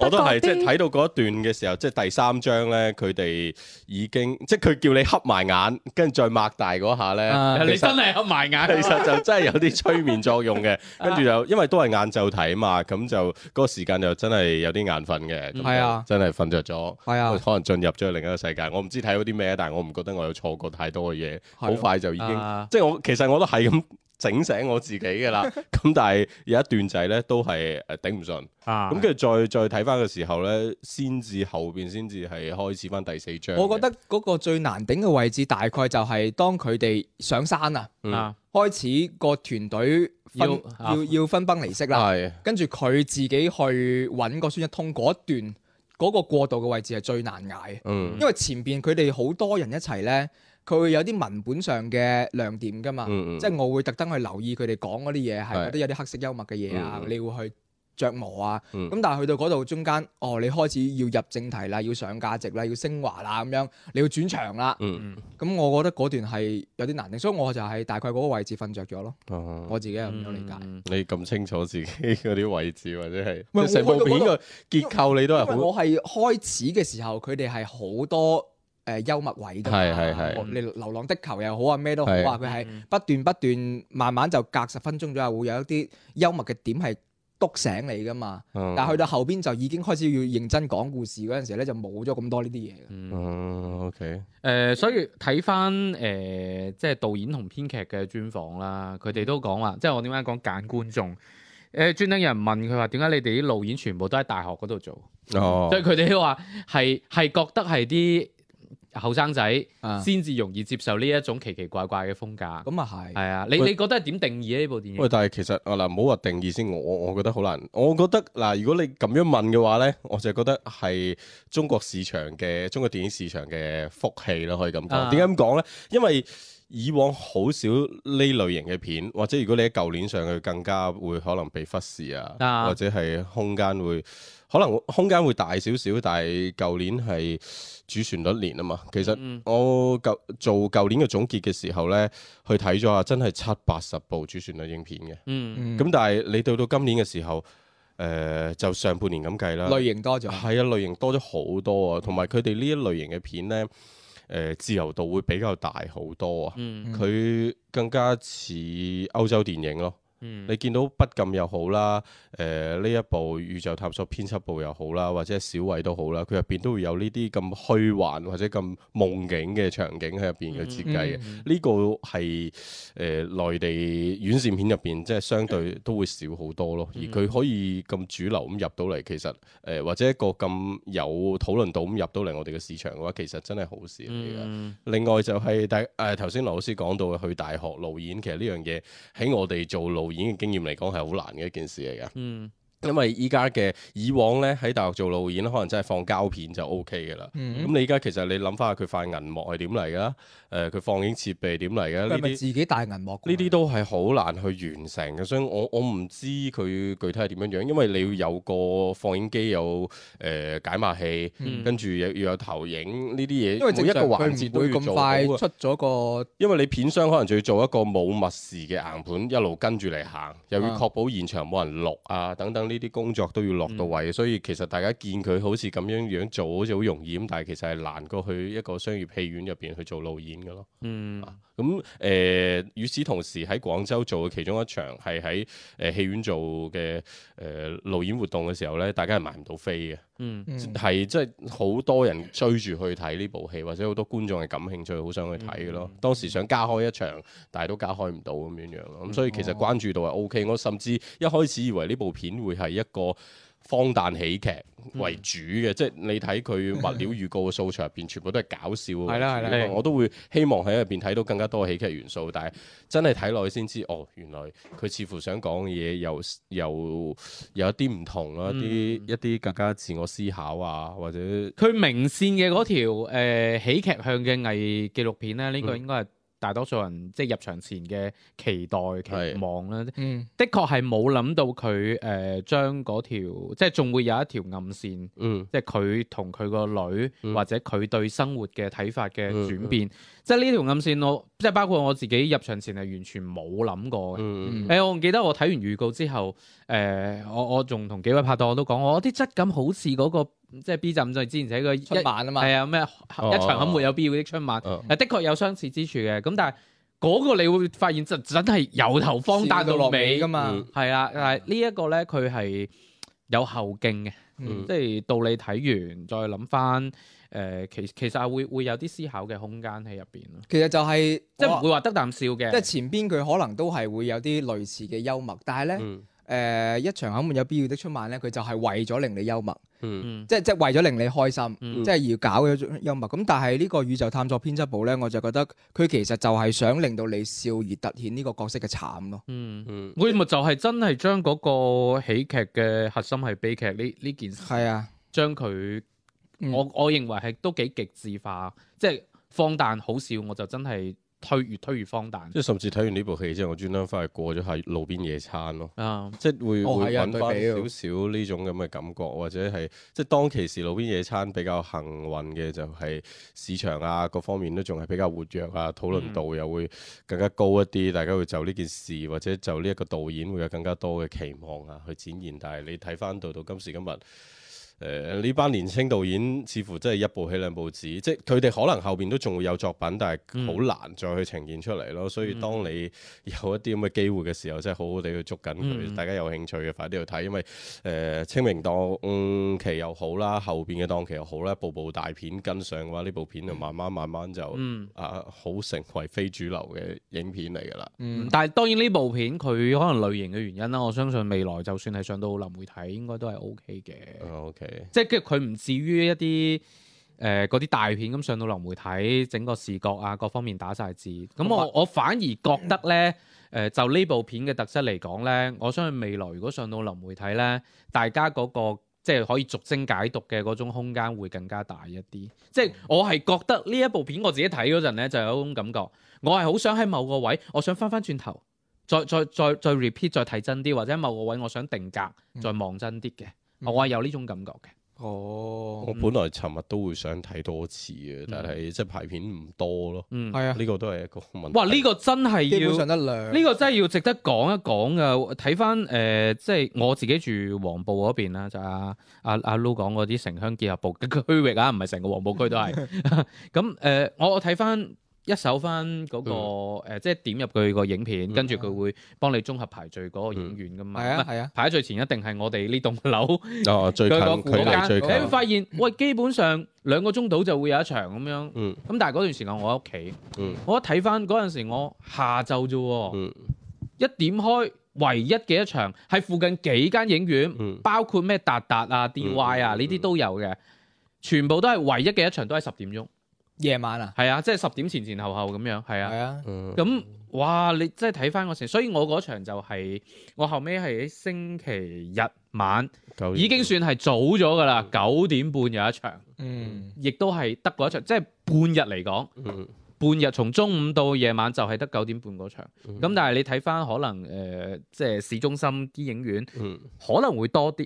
S4: 我都係
S1: 不過
S4: 即係
S1: 啲
S4: 睇到嗰一段嘅時候，即係第三章咧，佢哋已經即係佢叫你黑埋眼，跟住再擘大嗰下咧
S3: 啊，
S4: 其
S2: 你
S4: 實
S2: 真係合埋眼，啊
S4: 其實就真係有啲催眠作用 嘅，
S3: 啊
S4: 跟住就因為都係晏晝睇嘛，咁就嗰個時間就真係有啲眼瞓嘅，咁
S3: 係啊
S4: 就真係瞓着咗，
S3: 係啊
S4: 可能進入咗另一個世界。我唔知睇到啲咩，但係我唔覺得我有錯過太多嘅嘢，好
S3: 咯
S4: 快就已經，
S2: 啊
S4: 即係我其實我都係咁整醒我自己 㗎啦。咁但係有一段仔咧都係誒頂唔順，
S2: 啊
S4: 咁跟住再再睇翻嘅時候咧，先至後邊先至係開始翻第四章嘅。
S3: 我覺得嗰個最難頂嘅位置大概就係當佢哋上山啊，
S4: 嗯
S2: 啊
S3: 開始個團隊
S2: 要
S3: 分
S2: 啊
S3: 要要分崩離析啦。
S4: 係
S3: 跟住佢自己去揾個孫一通嗰一段嗰、個過渡嘅位置係最難捱，
S4: 嗯
S3: 因為前邊佢哋好多人一齊呢，佢會有啲文本上嘅亮點噶嘛，
S4: 嗯嗯
S3: 啊即係我會特登去留意佢哋講嗰啲嘢，係
S4: 係
S3: 覺得有啲黑色幽默嘅嘢啊，
S4: 嗯
S3: 你會去琢磨啊。
S4: 嗯
S3: 咁、但係去到嗰度中間，哦，你開始要入正題啦，要上價值啦，要升華啦，咁樣你要轉場啦。
S4: 嗯
S3: 咁我覺得嗰段係有啲難頂，所以我就係大概嗰個位置瞓着咗咯。
S4: 哦
S3: 嗯我自己係咁樣理解。
S2: 嗯
S4: 你咁清楚自己嗰啲位置或者係
S3: 唔係
S4: 即係成
S3: 我
S4: 部片嘅結構，你都係
S3: 因為
S4: 好
S3: 我係開始嘅時候，佢哋係好多誒幽默位㗎嘛
S4: 係係係
S3: 你流浪地球又好啊，咩都好啊，
S4: 係
S3: 佢係不斷不斷，慢慢就隔十分鐘左右會有一啲幽默嘅點係篤醒你㗎嘛。
S4: 嗯，
S3: 但係去到後邊就已經開始要認真講故事嗰陣時咧，就冇咗咁多呢啲嘢㗎。
S4: 嗯 OK，
S2: 誒，呃所以睇翻誒，即係導演同編劇嘅專訪啦，佢哋都講話，即係我點解講揀觀眾？誒，專登有人問佢話點解你哋啲路演全部都喺大學嗰度做？
S4: 哦
S2: 即係佢哋都話係係覺得係啲後生仔
S3: 啊
S2: 先至容易接受呢一種奇奇怪怪嘅風格。
S3: 咁啊係，
S2: 係啊，你
S4: 喂
S2: 你覺得係點定義呢部電
S4: 喂，
S2: 影？
S4: 但係其實啊嗱，唔好話定義先，我我覺得好難。我覺得嗱，如果你咁樣問嘅話咧，我就覺得係中國市場嘅中國電影市場嘅福氣咯，可以咁
S2: 啊
S4: 講。點解咁講咧？因為以往好少呢類型嘅片，或者如果你喺舊年上去，更加會可能被忽視啊，
S2: 啊
S4: 或者係空間會可能空間會大少少，但係舊年係主旋律年啊嘛。其實
S2: 嗯
S4: 我舊做舊年嘅總結嘅時候咧，去睇咗啊，真係七八十部主旋律影片嘅。
S2: 嗯，
S3: 嗯
S4: 咁、但係你到到今年嘅時候，誒、呃就上半年咁計啦，
S3: 嗯類型多咗，
S4: 係啊，類型多咗好多啊，同埋佢哋呢一類型嘅片咧，誒、自由度會比較大好多啊。
S2: 嗯
S4: 佢、更加似歐洲電影咯，
S2: 嗯
S4: 你見到不禁又好啦，誒、呢一部宇宙探索編輯部又好啦，或者小偉都好啦，佢入邊都會有呢啲咁虛幻或者咁夢境嘅場景喺入邊嘅設計嘅。啊
S3: 嗯
S4: 呢個係誒內地院線片入邊，即係相對都會少好多咯。而佢可以咁主流咁入到嚟，其實誒、呃或者一個咁有討論度咁入到嚟我哋嘅市場嘅話，其實真係好事嚟嘅。
S2: 嗯
S4: 另外就係大誒頭先羅老師講到去大學路演，其實呢樣嘢喺我哋做路演嘅經驗嚟講係好難嘅一件事嚟嘅。
S2: 嗯
S4: 因為依家嘅以往咧喺大學做路演，可能真係放膠片就 O K 嘅啦。咁、
S3: 嗯，
S4: 你依家其實你諗翻下佢塊銀幕係點嚟噶？誒、佢放映設備點嚟嘅？
S3: 佢
S4: 呢
S3: 係咪
S4: 啲
S3: 自己大銀幕㗎？
S4: 呢啲都係好難去完成嘅，所以我我唔知佢具體係點樣樣，因為你要有個放映機，有誒、呃解碼器，
S2: 嗯
S4: 跟住又要有投影呢啲嘢，
S3: 因為
S4: 每
S3: 正
S4: 一
S3: 常
S4: 個環
S3: 佢唔
S4: 節都
S3: 會
S4: 要
S3: 咁
S4: 做好
S3: 快
S4: 啊
S3: 出咗個
S4: 因為你片商可能就要做一個冇密匙嘅硬盤，一路跟住嚟行，又要
S3: 啊
S4: 確保現場冇人錄啊等等呢等呢啲工作都要落到位，所以其實大家見佢好似咁樣樣做，好似好容易咁，但係其實係難過去一個商業戲院入邊去做路演嘅咯。
S2: 嗯
S4: 咁誒、呃，與此同時喺廣州做嘅其中一場係喺誒戲院做嘅誒、呃路演活動嘅時候咧，大家係買唔到飛嘅。
S2: 嗯
S3: 嗯
S4: 係即係好多人追住去睇呢部戲，或者好多觀眾係感興趣，好想去睇嘅
S3: 嗯
S4: 咯。當時想加開一場，但係都加開唔到咁樣樣咯。
S3: 嗯
S4: 咁所以其實關注度係 O K。我甚至一開始以為呢部片會係一個荒誕喜劇
S3: 嗯
S4: 為主嘅，即係你睇佢物料預告嘅素材入邊，全部都係搞笑嘅為主。
S3: 係啦係啦
S2: 係
S4: 我都會希望喺入邊睇到更加多嘅喜劇元素，但係真係睇落去先知，哦，原來佢似乎想講嘅嘢又又有一啲唔同啦，一啲、一啲更加自我思考啊，或者
S2: 佢明線嘅嗰條誒喜劇向嘅藝紀錄片咧，呢、個
S4: 嗯
S2: 應該係大多數人即係入場前嘅期待期
S4: 係
S2: 望啦。
S3: 嗯
S2: 的確係冇諗到佢誒將嗰條，即係仲會有一條暗線，
S4: 嗯
S2: 即係佢同佢個女、
S4: 嗯
S2: 或者佢對生活嘅睇法嘅
S4: 嗯
S2: 轉變。即係呢條暗線我，即係包括我自己入場前係完全冇諗過嘅。
S4: 嗯
S2: 誒、我記得我睇完預告之後，誒、我我仲同幾位拍檔我都講，我啲質感好似嗰、個即係 B 站就之前寫個一
S3: 春晚啊嘛，哦
S2: 係啊咩一場很沒有必要的春晚，誒、
S4: 嗯
S2: 的確有相似之處嘅。咁但係嗰個你會發現就真係由頭荒誕
S3: 笑
S2: 到
S3: 落
S2: 尾
S3: 尾噶，嘛，
S4: 嗯
S2: 係啦。但係呢一個咧，佢係有後勁嘅，
S4: 嗯
S2: 即係到你睇完再諗翻，誒、其其實係會會有啲思考嘅空間喺入邊咯，
S3: 其實就係
S2: 即係唔會話得啖笑嘅。
S3: 啊即係前邊佢可能都係會有啲類似嘅幽默，但係咧誒、
S4: 嗯
S3: 一場肯沒有必要的春晚咧，佢就係為咗令你幽默，
S4: 嗯
S2: 嗯
S3: 即係即係為咗令你開心，
S2: 嗯
S3: 即係要搞嘅一種幽默。咁但係呢個宇宙探索編輯部咧，我就覺得佢其實就係想令到你笑而突顯呢個角色嘅慘咯。
S2: 嗯。
S4: 嗯
S2: 會咪就係真係將嗰個喜劇嘅核心係悲劇呢呢件事，
S3: 係啊，
S2: 將佢、
S3: 嗯
S2: 我我認為係都幾極致化，即係荒誕好笑，我就真係推越推越荒誕
S4: 即係甚至睇完呢部戲之後，我專登翻去過咗下路邊野餐咯。
S2: 啊！
S4: 即係會
S3: 哦
S4: 會
S3: 係啊
S4: 揾
S3: 對
S4: 翻
S3: 比啊
S4: 少少呢種咁嘅感覺，或者係即係當其時路邊野餐比較幸運嘅就係市場啊各方面都仲係比較活躍啊，討
S3: 嗯
S4: 論度又會更加高一啲，大家會就呢件事或者就呢一個導演會有更加多嘅期望啊去展現。但係你睇翻到到今時今日。呃誒呢、班年青導演似乎真係一部起兩部止，即係佢哋可能後邊都仲會有作品，但係好
S3: 嗯
S4: 難再去呈現出嚟咯。所以當你有一啲咁嘅機會嘅時候，真係好好地去捉緊佢。
S2: 嗯
S4: 大家有興趣嘅，快啲去睇，因為誒、呃清明檔、嗯、期又好啦，後邊嘅檔期又好啦，部部大片跟上嘅話，呢部片就慢慢慢慢就、
S2: 嗯
S4: 啊好成為非主流嘅影片嚟㗎啦。
S3: 嗯，
S2: 但係當然呢部片佢可能類型嘅原因啦，我相信未來就算係上到林媒體，應該都係 O K 嘅，
S4: 啊 OK，
S2: 即係佢唔至於一啲。誒嗰啲大片咁上到流媒體，整個視覺啊各方面打晒字，咁我我反而覺得咧，誒、就呢部片嘅特質嚟講咧，我相信未來如果上到流媒體咧，大家嗰、個即係可以逐精解讀嘅嗰種空間會更加大一啲。即係我係覺得呢一部片我自己睇嗰陣咧，就有一種感覺，我係好想喺某個位，我想翻翻轉頭，再再再再 repeat 再睇真啲，或者某個位我想定格再望真啲嘅，
S3: 嗯
S2: 我係有呢種感覺嘅。
S3: 哦
S4: 我，
S2: 嗯
S4: 本來尋日都會想睇多次嘅，但係即係排片唔多咯。
S2: 嗯。
S3: 係啊，
S4: 呢個都係一個問題。
S2: 哇！呢、個真係
S3: 基
S2: 要
S3: 本上得兩
S2: 嗯呢個真係要值得講一講噶。睇翻誒，即係我自己住黃埔嗰邊啦，就阿阿阿 Lu 講嗰啲城鄉結合部嘅區域啊，唔係成個黃埔區都係。 咁誒、呃我我睇翻一手翻嗰、個、
S3: 嗯
S2: 呃即係點入佢個影片，跟住佢會幫你綜合排序嗰個影院噶嘛。
S3: 係啊係啊，
S2: 排得最前一定係我哋呢棟樓。
S4: 哦，最近
S2: 佢
S4: 距
S2: 個附
S4: 離
S2: 間，
S4: 最
S2: 你
S4: 近，嗯
S2: 會發現，喂，基本上兩個鐘到就會有一場咁樣。
S4: 嗯
S2: 咁但係嗰段時間我喺屋企，
S4: 嗯
S2: 我一睇翻嗰陣時，我下晝啫喎，
S4: 嗯
S2: 一點開唯一嘅一場係附近幾間影院，
S4: 嗯
S2: 包括咩達達啊、DY 啊
S4: 嗯嗯
S2: 呢啲都有嘅，全部都係唯一嘅一場都係十點鐘，
S3: 夜晚啊，
S2: 係啊，即係十點前前後後咁樣，係啊
S3: 係。啊，
S4: 嗯，
S2: 咁哇！你真係睇翻我成，所以我嗰場就係、我後尾係喺星期日晚，
S4: 夠
S2: 已經嗯算係早咗噶啦，九點半有一場，
S3: 嗯
S2: 亦都係得嗰一場，即係半日嚟講。
S4: 嗯
S2: 半日從中午到夜晚就係得九點半嗰場，
S4: 嗯
S2: 咁但係你睇翻可能誒、呃即係市中心啲影院
S4: 嗯
S2: 可能會多啲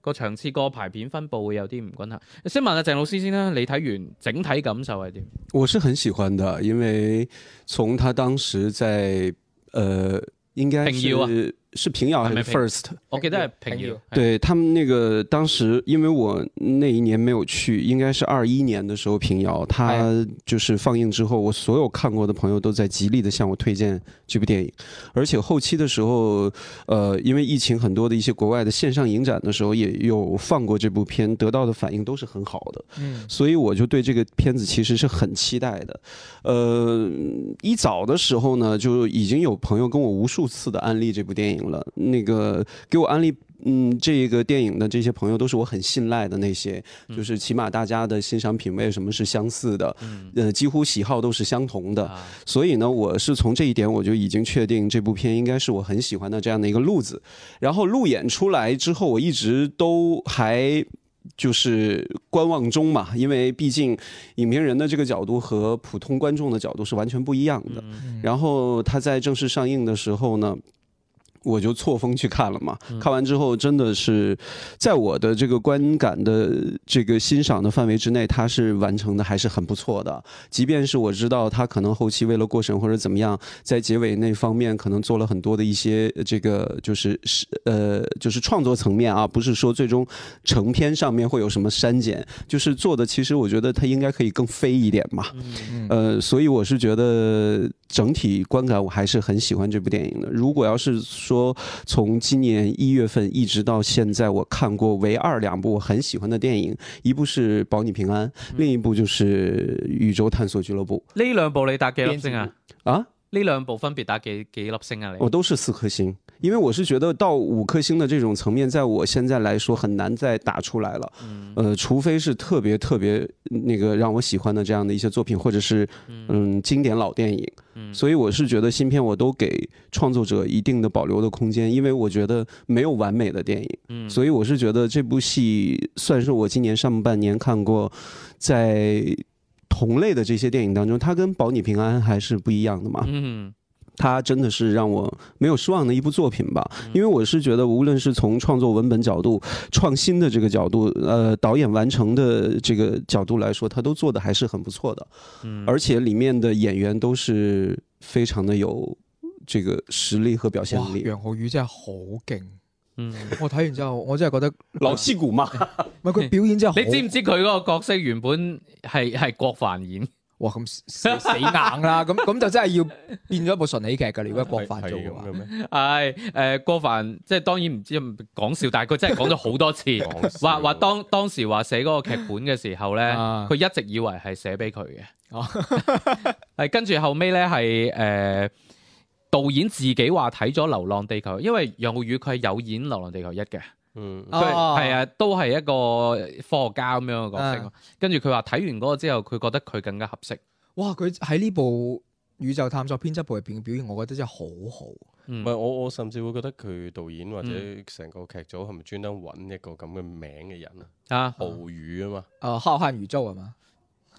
S2: 個場次個排片分佈會有啲唔均衡。先問下鄭老師先啦，你睇完整體感受係點？
S5: 我是很喜欢的，因为从他当时在呃，应该
S2: 平遥啊
S5: 是是平遥还
S2: 係咪
S5: 是
S2: 平哦
S5: First？
S2: 我記得係
S3: 平
S2: 平
S3: 遙
S2: 遙，係
S5: 对他们那个当时，因为我那一年没有去，应该是二一年的时候平遥，它就是放映之后，我所有看过的朋友都在极力的向我推荐这部电影，而且后期的时候，呃，因为疫情，很多的一些国外的线上影展的时候也有放过这部片，得到的反应都是很好的，
S3: 嗯，
S5: 所以我就对这个片子其实是很期待的。呃，一早的时候呢，就已经有朋友跟我无数次的安利这部电影了。那个给我安利，嗯，这个电影的这些朋友都是我很信赖的那些，就是起码大家的欣赏品味什么是相似的，呃，几乎喜好都是相同的。
S2: 嗯啊
S5: 所以呢，我是从这一点我就已经确定这部片应该是我很喜欢的这样的一个路子。然后路演出来之后，我一直都还。就是观望中嘛，因为毕竟影评人的这个角度和普通观众的角度是完全不一样的。
S3: 嗯
S5: 然后他在正式上映的时候呢，我就错峰去看了嘛。看完之后，真的是在我的这个观感的这个欣赏的范围之内，它是完成的还是很不错的。即便是我知道他可能后期为了过审或者怎么样，在结尾那方面可能做了很多的一些呃这个就是是呃就是创作层面啊，不是说最终成片上面会有什么删减，就是做的其实我觉得他应该可以更飞一点嘛。
S2: 嗯
S3: 嗯
S5: 呃，所以我是觉得整体观感我还是很喜欢这部电影的。如果要是说从今年一月份一直到现在，我看过唯二两部我很喜欢的电影，一部是《保你平安》，另一部就是《宇宙探索俱乐部
S2: 呢兩部你打幾粒星啊？》
S5: 啊，
S2: 呢兩部分別打幾幾粒星啊？你
S5: 我都是四颗星，因为我是觉得到五颗星的这种层面，在我现在来说很难再打出来了。呃，除非是特别特别那个让我喜欢的这样的一些作品，或者是嗯经典老电影。
S2: 嗯
S5: 所以我是觉得新片我都给创作者一定的保留的空间，因为我觉得没有完美的电影。
S2: 嗯
S5: 所以我是觉得这部戏算是我今年上半年看过，在。同类的这些电影当中，它跟《保你平安》还是不一样的嘛。
S2: 嗯
S5: 它真的是让我没有失望的一部作品吧，因为我是觉得，无论是从创作文本角度、创新的这个角度，呃，导演完成的这个角度来说，他都做的还是很不错的，而且里面的演员都是非常的有这个实力和表现
S3: 哇，
S5: 力。
S3: 楊浩宇真係好勁！
S2: 嗯，
S3: 我睇完之後，我真係覺得，
S5: 老戏骨嘛，
S3: 唔 係佢表演真啊係好
S2: 你知唔知佢嗰個角色原本係係郭帆演？
S3: 哇咁死死硬啦，咁咁就真係要變咗一部純喜劇 㗎。如果國
S4: 係
S3: 飯做
S4: 係
S3: 嘅
S4: 咁
S3: 話
S4: 嘅，咩？
S2: 係誒、郭帆，即係當然唔知講笑，但係佢真係講咗好多 次，
S4: 講笑
S2: 話話當當時話寫嗰個劇本嘅時候咧，
S3: 啊
S2: 佢一直以為係寫俾佢嘅
S3: 哦，
S2: 係跟住後尾咧係誒導演自己話睇咗《流浪地球》，因為楊浩宇佢係有演《流浪地球一》嘅，
S4: 嗯，
S2: 佢
S3: 哦
S2: 係啊，都係一個科學家咁樣嘅角色
S3: 啊
S2: 咯。跟住佢話睇完嗰個之後，佢覺得佢更加合適。
S3: 哇！佢喺呢部宇宙探索編輯部入邊嘅表現，我覺得真係好好。
S4: 唔
S2: 嗯
S4: 係我我甚至會覺得佢導演或者
S2: 嗯
S4: 成個劇組係咪專登揾一個咁嘅名嘅人啊？
S2: 啊，
S4: 浩宇啊嘛，
S3: 誒，浩瀚宇宙係嘛？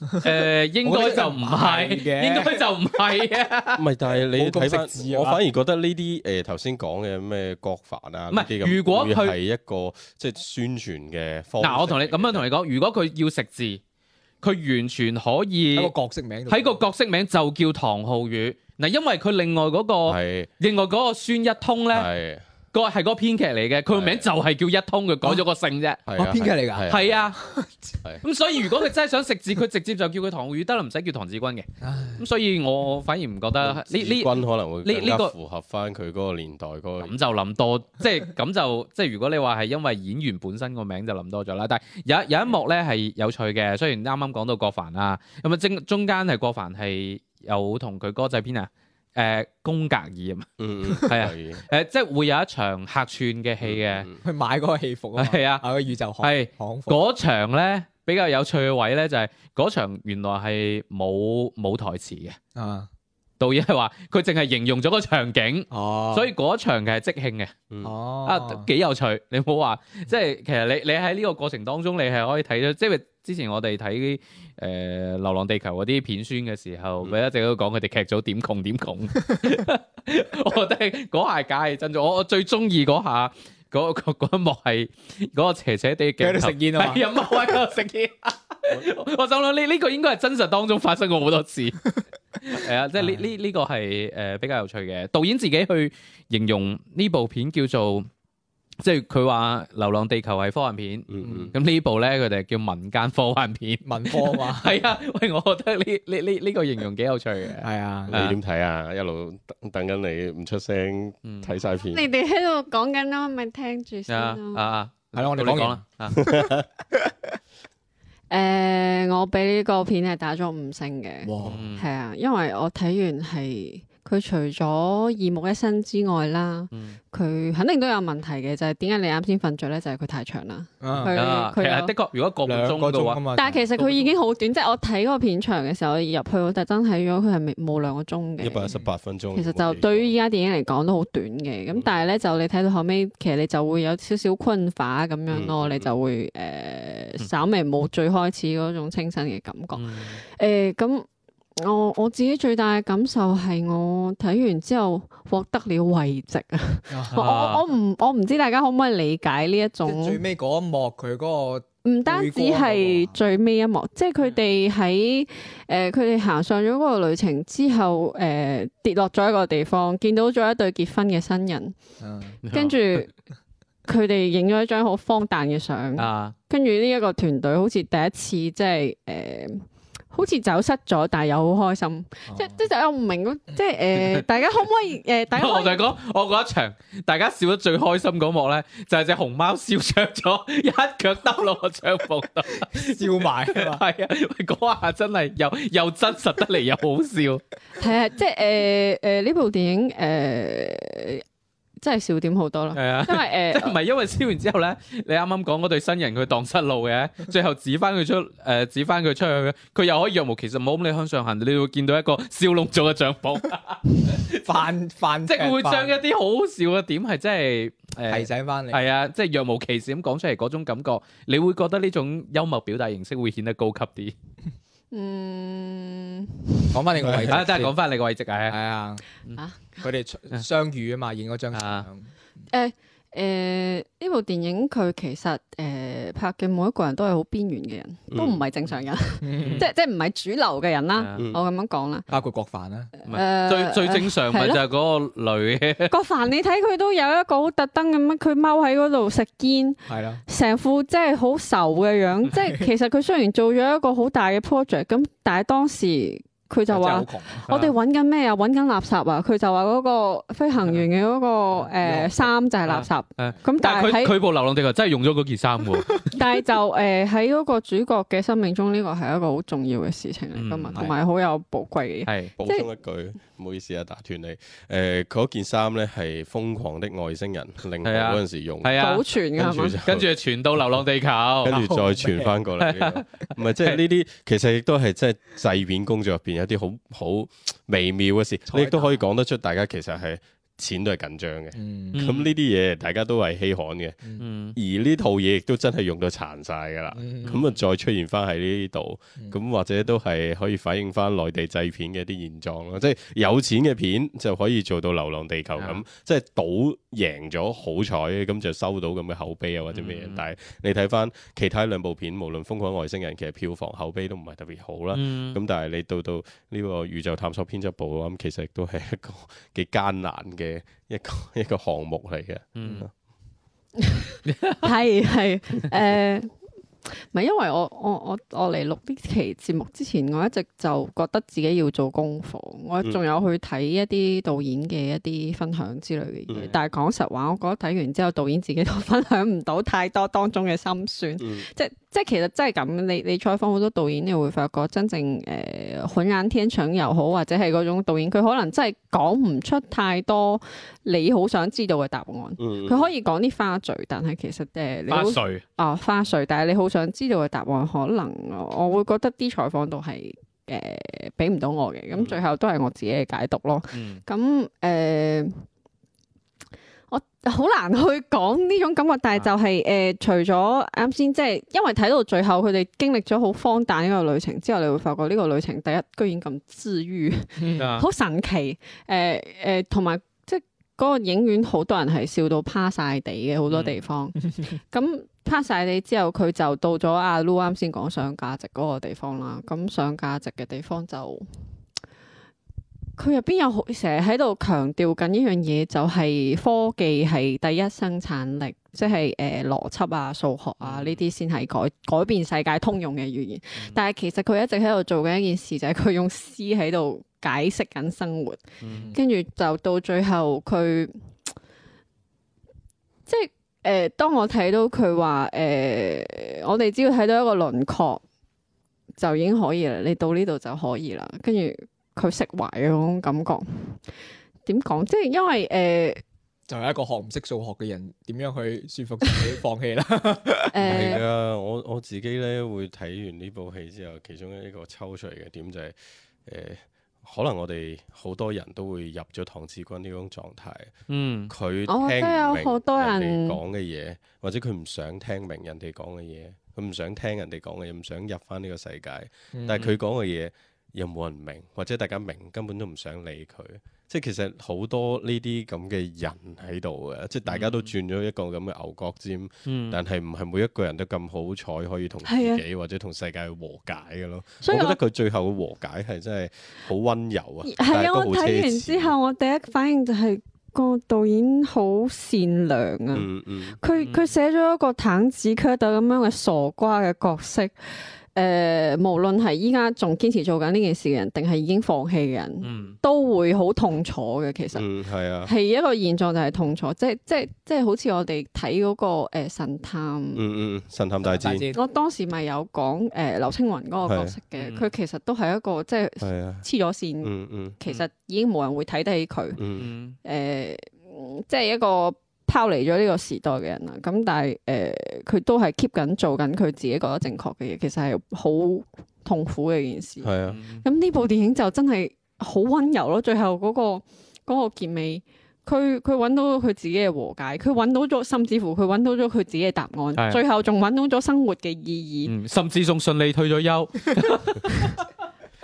S2: 誒應該就唔係，
S3: 我
S2: 應該
S3: 覺得唔係嘅
S2: 就唔係啊嘅。
S4: 唔係，但係
S3: 冇
S4: 你
S3: 咁
S4: 睇
S3: 食字
S4: 翻，
S3: 啊
S4: 我反而覺得呢啲誒頭先講嘅咩郭帆啊，
S2: 唔係
S4: 呢啲咁
S2: 如果
S4: 會
S2: 佢
S4: 係一個即係宣傳嘅方式嚟嘅。
S2: 嗱，我同你咁樣同你講，如果佢要食字，佢完全可以
S3: 喺個角色名度
S2: 喺個角色名就叫唐浩宇。嗱，因為佢另外嗰、個
S4: 係
S2: 另外嗰個孫一通咧，
S4: 係啊
S2: 個係嗰個編劇嚟嘅，佢個名就係叫一通，佢改咗個姓啫。
S4: 係啊
S3: 哦編劇嚟㗎
S4: 係啊
S2: 係啊，
S4: 係
S2: 咁所以如果佢真係想食字，佢直接就叫佢唐浩宇得啦，唔使叫唐志軍嘅。咁所以我反而唔覺啊得呢
S4: 子君
S2: 呢
S4: 可能會
S2: 呢
S4: 更
S2: 呢
S4: 加
S2: 個
S4: 符合翻佢嗰個年代嗰個嗯
S2: 咁就諗多， 即係咁就即係如果你話係因為演員本身個名就諗多咗啦。但係有一有一幕咧係有趣嘅，雖然啱啱講到郭帆啦，咁啊正中間係郭帆係有同佢歌仔邊啊。誒宮格爾啊嘛，
S4: 嗯嗯
S2: 係啊
S4: 係
S2: 誒、即係會有一場客串嘅戲嘅，
S4: 嗯
S3: 去買嗰個戲服啊嘛，
S2: 係啊
S3: 啊個宇宙行
S2: 係
S3: 行服，
S2: 嗰、場咧比較有趣嘅位咧就係、嗰場原來係冇冇台詞嘅，
S3: 啊，
S2: 導演係話佢淨係形容咗個場景，
S3: 哦，
S2: 所以嗰場嘅係即興嘅。
S4: 嗯
S3: 哦嗯
S2: 啊，幾有趣！你唔好話，即係其實你你喺呢個過程當中，你係可以睇到，即係之前我哋睇誒《流浪地球》嗰啲片宣嘅時
S3: 嗯
S2: 候，咪、一直都講佢哋劇組點窮點窮。 我覺得嗰下假係真咗，我我最中意嗰下嗰嗰嗰一幕係嗰個斜斜地
S3: 佢
S2: 鏡
S3: 喺度
S2: 頭
S3: 食煙啊嘛
S2: 係啊，冇喺度食煙。我心諗呢呢個應該係真實當中發生過好多次。系啊，即係呢呢呢個係诶比較有趣嘅。導演自己去形容呢部片叫做，即係佢話《流浪地球》係科幻片，
S4: 嗯
S2: 咁呢部咧佢哋叫民間科幻片。
S3: 文科嘛，
S2: 係啊，喂，我覺得呢呢呢呢个形容幾有趣
S3: 系
S2: 嘅。
S3: 啊
S4: 嗯，你點睇啊？一路等等緊你唔出聲
S2: 嗯
S4: 睇晒片，
S1: 你哋喺度講緊啦，咪聽住先
S2: 啊
S1: 咯。
S2: 啊，
S3: 係咯我哋
S2: 到你
S3: 講
S2: 講
S3: 完
S2: 啦。啊
S1: 诶、呃我俾呢個片係打咗五星嘅，
S3: 哇，
S2: 嗯
S1: 係啊，因為我睇完係佢除咗耳目一新之外啦，
S2: 嗯
S1: 佢肯定都有問題嘅，就係點解你啱先瞓着咧？就係佢太長啦，
S3: 嗯
S1: 佢
S2: 啊，其
S1: 佢
S2: 實
S1: 有
S2: 的確，如果個半
S3: 兩
S2: 鐘
S3: 個
S2: 嘅
S3: 鐘啊
S2: 話，
S3: 嘛，
S4: 嗯
S1: 但係其實佢已經好短，即係我睇嗰個片長嘅時候，我入去我特登睇咗，佢係未冇兩個鐘
S4: 一百一
S1: 嘅。
S4: 十八分鐘。嗯
S1: 其實就對於依家電影嚟講都好短嘅，咁但係咧就你睇到後尾，其實你就會有少少困乏咁樣咯，
S4: 嗯嗯
S1: 你就會誒、呃稍微冇最開始嗰種清新嘅感覺。
S2: 嗯
S1: 誒呃咁、我我自己最大嘅感受係我睇完之後獲得了慰藉啊！我 我我唔我唔知大家可唔可以理解呢
S3: 即係
S1: 一
S3: 最
S1: 種，
S3: 尾嗰一幕佢嗰個
S1: 唔單止係最尾一幕，即係佢哋喺誒佢哋行上咗嗰個旅程之後，誒、呃跌落咗一個地方，見到咗一對結婚嘅新人，
S3: 嗯
S2: 啊
S1: 跟住佢哋影咗一張好荒誕嘅相。
S2: 啊，
S1: 跟住呢一個團隊好似第一次即係誒，好似走失咗，但係又好開心。
S2: 哦
S1: 即即就我唔 明嗰，即係誒，大家可唔可以誒？大家
S2: 我
S1: 可
S2: 就
S1: 以
S2: 係講，我嗰一場大家笑得最開心嗰幕咧，就係只熊貓笑着咗， 一腳兜落我帳篷 度。
S3: 笑埋啊嘛，
S2: 係啊，喂嗰下真係又又真實得嚟又好笑。
S1: 係啊，即係誒誒呢部電影誒，真係笑點 好多啦。
S2: 係啊。
S1: 因為
S2: 即係唔係因為燒
S1: 誒
S2: 完之後咧，你啱啱講嗰對新人佢蕩失路 嘅，最後指翻佢出誒、呃指翻佢出去，佢又可以若無其事冇咁你向上行，你會見到一個笑窿咗嘅帳 篷，
S3: 犯犯
S2: 即係會將一
S3: 犯
S2: 啲好好笑嘅點係真係誒
S3: 提醒翻你，
S2: 係啊，即係若無其事咁講出嚟嗰種感覺，你會覺得呢種幽默表達形式會顯得高級 啲。
S1: 嗯
S3: 講翻你個位置
S2: 啊，
S3: 先，
S2: 真係講翻你個位置
S3: 係
S2: 啊，
S3: 啊
S1: 啊，
S3: 佢哋出相遇啊嘛，影嗰張相
S2: 啊，
S1: 誒呢部電影佢其實誒拍嘅每一個人都係好邊緣嘅人，都唔係正常人， 即即係唔係主流嘅人啦。
S2: 嗯
S1: 我咁樣講啦。
S3: 包括郭帆啦，
S2: 唔係最最正常咪就係嗰個女
S1: 郭凡，你睇佢都有一個好特登咁樣，佢踎喺嗰度食煙，
S3: 係啦，
S1: 成副即係好愁嘅樣。即係其實佢雖然做咗一個好大嘅 project，咁但係當時佢就
S3: 真係
S1: 話
S3: 好窮 啊。
S1: 我哋揾緊咩啊？揾緊垃圾啊！佢就話嗰個飛行員嘅嗰個
S3: 垃圾
S1: 誒衫就係垃
S3: 啊
S1: 圾。
S2: 誒
S1: 咁
S2: 啊但
S1: 但
S2: 係
S1: 係
S2: 佢
S1: 喺
S2: 佢部流浪地球真係用咗嗰件衫 喎，
S1: 但係就誒 喺嗰個主角嘅生命中，呢個係一個好重要嘅事情嚟噶嘛
S2: 嗯，
S1: 同埋好有寶貴嘅嘢。
S2: 係
S4: 補充一句，唔好意思啊，打斷你。誒、嗰件衫咧係《瘋狂的外星人》令我
S2: 係啊
S4: 嗰陣時用，
S2: 係啊
S1: 保，存㗎
S4: 跟
S1: 係
S4: 住
S1: 嘛？
S4: 就
S2: 跟住傳到流浪地球，
S4: 跟住再傳翻過嚟
S2: 啊
S4: 呢個，唔係即係呢啲，其實亦都係即係製片工作入邊有啲好好微妙嘅事，
S3: 彩
S4: 你
S3: 蛋
S4: 亦都可以講得出，大家其實係錢都係緊張嘅。
S3: 嗯
S4: 咁呢啲嘢大家都係稀罕嘅，
S2: 嗯。
S4: 而呢套嘢亦都真係用到殘晒㗎啦。
S3: 嗯
S4: 咁啊，再出現翻喺呢度，
S3: 嗯
S4: 咁或者都係可以反映翻內地製片嘅啲現狀咯。即係有錢嘅片就可以做到《流浪地球》
S2: 啊
S4: 咁，即係賭贏咗好彩，咁就收到咁嘅口碑啊或者咩嘢
S2: 嗯。
S4: 但係你睇翻其他兩部片，無論《瘋狂外星人》，其實票房口碑都唔係特別好啦。
S2: 嗯
S4: 咁但係你到到呢個宇宙探索編輯部咁，其實亦都係一個 幾艱難嘅一個一個項目嚟嘅。
S2: 嗯
S1: 係係誒，唔係因為我我我我嚟錄呢期節目之前，我一直就覺得自己要做功課，我
S4: 嗯
S1: 仲有去睇一啲導演嘅一啲分享之類嘅嘢。
S4: 嗯
S1: 但係講實話，我覺得睇完之後，導演自己都分享唔到太多當中嘅心酸。
S4: 嗯
S1: 即即其實真係咁，你你採訪好多導演，你會發覺真正誒渾然天成又好，或者係嗰種導演，佢可能真係講唔出太多你好想知道嘅答案。
S4: 嗯
S1: 佢可以講啲花絮，但係其實誒你
S2: 花
S1: 好
S2: 絮
S1: 啊花絮，但係你好想知道嘅答案，可能我我會覺得啲採訪度係誒俾唔到我嘅，咁最後都係我自己嘅解讀咯。
S2: 嗯
S1: 咁誒、呃我好難去講呢種感覺，但
S2: 啊
S1: 係就係、呃除咗啱先，即係因為睇到最後，佢哋經歷咗好荒誕呢個旅程之後，你會發覺呢個旅程第一居然咁治愈。
S2: 啊
S1: 好神奇，誒誒，同埋即係嗰個影院好多人係笑到趴晒地嘅，好多地方。咁趴晒地之後，佢就到咗阿 Lu 啱先講上價值嗰個地方啦。咁上價值嘅地方就佢入邊有好成日喺度強調緊一樣嘢，就係科技係第一生產力，即係誒邏輯啊、數學啊呢啲先係改改變世界通用嘅語言。但係其實佢一直喺度做緊一件事，就係佢用詩喺度解釋緊生活，
S2: 嗯
S1: 跟住就到最後佢即係誒、呃，當我睇到佢話誒，我哋只要睇到一個輪廓就已經可以啦，你到呢度就可以啦，跟住。佢釋懷嘅嗰種感覺，點講？即係因為誒、呃
S3: 就係一個學唔識數學嘅人，點樣去說服自己放棄啦？
S4: 係
S1: 誒
S4: 啊，我我自己咧會睇完呢部戲之後，其中一個抽出嚟嘅點就係、诶，可能我哋好多人都會入咗唐志軍呢種狀態，
S2: 嗯
S4: 佢
S1: 我覺得
S4: 聽唔
S1: 有
S4: 明
S1: 啊好多人
S4: 哋講嘅嘢，或者佢唔想聽明人哋講嘅嘢，佢唔想聽人哋講嘅嘢，唔想入翻呢個世界，
S1: 嗯
S4: 但係佢講嘅嘢又冇人明，或者大家明根本都唔想理佢。即係其實好多呢啲咁嘅人喺度嘅，即係大家
S1: 嗯
S4: 都轉咗一個咁嘅牛角尖。
S2: 嗯，
S4: 但係唔係每一個人都咁好彩可以同自
S1: 係
S4: 己或者同世界和解嘅咯。
S1: 所以
S4: 我覺
S1: 我
S4: 得佢最後嘅和解係真係好温柔啊，但
S1: 係
S4: 係
S1: 啊！
S4: 都
S1: 我
S4: 好
S1: 睇
S4: 奢
S1: 完
S4: 侈
S1: 之後，我第一反應就係、個導演好善良啊！
S4: 嗯嗯，
S1: 佢佢寫咗一個坦子區度咁樣嘅傻瓜嘅角色，誒、無論係依家仲堅持做緊呢件事嘅人，定係已經放棄嘅人，
S2: 嗯
S1: 都會好痛楚嘅。其實。
S4: 嗯係啊，
S1: 係一個現狀，就係痛楚，即係即係即係好似我哋睇嗰個、呃、神探，
S4: 嗯嗯，神探
S3: 大
S4: 大戰
S3: 戰
S1: 我當時咪有講誒、呃、劉青雲嗰個角色嘅，
S2: 係
S1: 佢、其實都係一個即係
S4: 係啊，
S1: 黐咗線，
S4: 嗯嗯
S1: 其實已經冇人會睇得起佢，誒、
S4: 嗯
S2: 嗯
S1: 呃即係一個拋離咗呢個時代嘅人啦。咁但係誒，佢、都係 keep 緊做緊佢自己覺得正確嘅嘢，其實係好痛苦嘅一件事。
S4: 係啊，
S2: 嗯
S1: 咁呢部電影就真係好温柔咯，最後嗰、個嗰、個結尾，佢佢揾到佢自己嘅和解，佢揾到咗，甚至乎佢揾到咗佢自己嘅答
S2: 係
S1: 案，最後仲揾到咗生活嘅意
S2: 嗯，甚至仲順利退咗休，
S1: 義，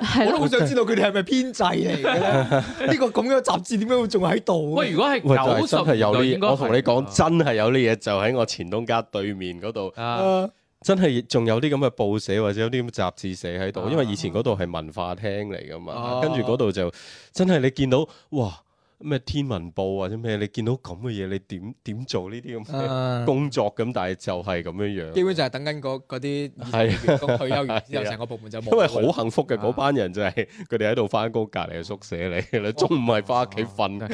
S1: 係
S3: 我
S1: 咯
S3: 都好想知道佢哋係咪編制嚟嘅 咧？呢個咁樣嘅雜誌點解會仲喺度嘅？
S2: 喂，如果係
S4: 喂，但係
S2: 九
S4: 真係
S2: 十
S4: 有呢
S2: 年代
S4: 嘢，我同你講，真係有呢嘢，就喺我前東家對面嗰度，
S2: 啊，
S3: 啊
S4: 真係仲有啲咁嘅報社或者有啲咁嘅雜誌社喺度，
S2: 啊
S4: 因為以前嗰度係文化廳嚟噶嘛
S3: 啊，
S4: 跟住嗰度就真係你見到哇咩天文報或者咩，你見到咁嘅嘢，你點點做呢啲咁嘅？
S3: 啊
S4: 工作咁，但係就係咁樣
S3: 基
S4: 樣，
S3: 本就係等緊嗰嗰啲
S4: 係
S3: 員工退休完之後，
S4: 係啊
S3: 成個部門就冇。啊
S4: 因為好幸福嘅嗰班人就係佢哋喺度翻工，隔離嘅宿 舍嚟嘅啦，中午係翻屋企瞓
S3: 哦
S4: 覺，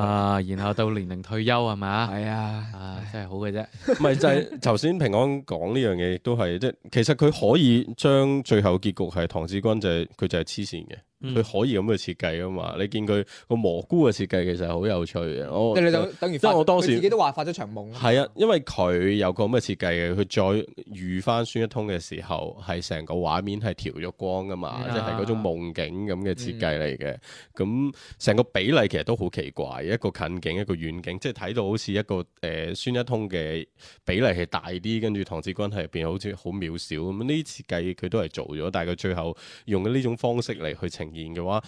S2: 啊，然後到年齡退休係咪啊？
S3: 係啊，
S2: 啊，真係好嘅啫，
S4: 唔係就係頭先平安講呢樣嘢，亦都係即係其實佢可以將最後結局係唐志軍就係佢就係黐線嘅，佢
S2: 嗯
S4: 可以咁去設計噶嘛，你見佢個蘑菇嘅設計其實係好有趣嘅，我
S3: 即係你就等於
S4: 哦即係
S3: 發
S4: 我當時
S3: 佢自己都話發咗場夢。
S4: 係啊，因為佢有個咁嘅設計嘅，佢再遇翻孫一通嘅時候，係成個畫面係調咗光噶嘛，
S2: 嗯
S4: 即係嗰種夢境咁嘅設計嚟
S3: 啊
S4: 嘅。咁成、個比例其實都好奇怪，一個近景一個遠景，即係睇到好似一個誒、呃、孫一通嘅比例係大啲，跟住唐志軍喺入邊好似好渺小咁。呢啲設計佢都係做咗，但係佢最後用呢種方式嚟去呈現嘅話。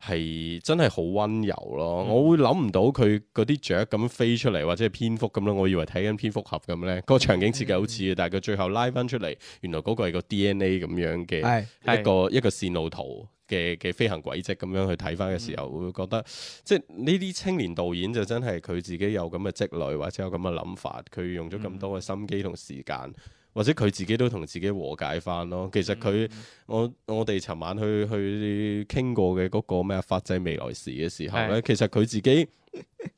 S4: 係真係好温柔咯，我會諗唔到佢嗰啲雀咁飛出嚟，或者係蝙蝠咁咯，我以為睇緊蝙蝠俠咁咧，個場景設計好似嘅，但係佢最後拉翻出嚟，原來嗰個係個 DNA 咁樣嘅
S3: 係
S4: 一個一個線路圖嘅嘅飛行軌跡咁樣去睇翻嘅時候，會覺得即係呢啲青年導演就真係佢自己有咁嘅積累，或者有咁嘅諗法，佢用咗咁多嘅心機同時間。或者佢自己都同自己和解翻咯。其實佢、我我哋尋晚去去傾過嘅嗰個咩啊法制未來時嘅時候咧，其實佢自己，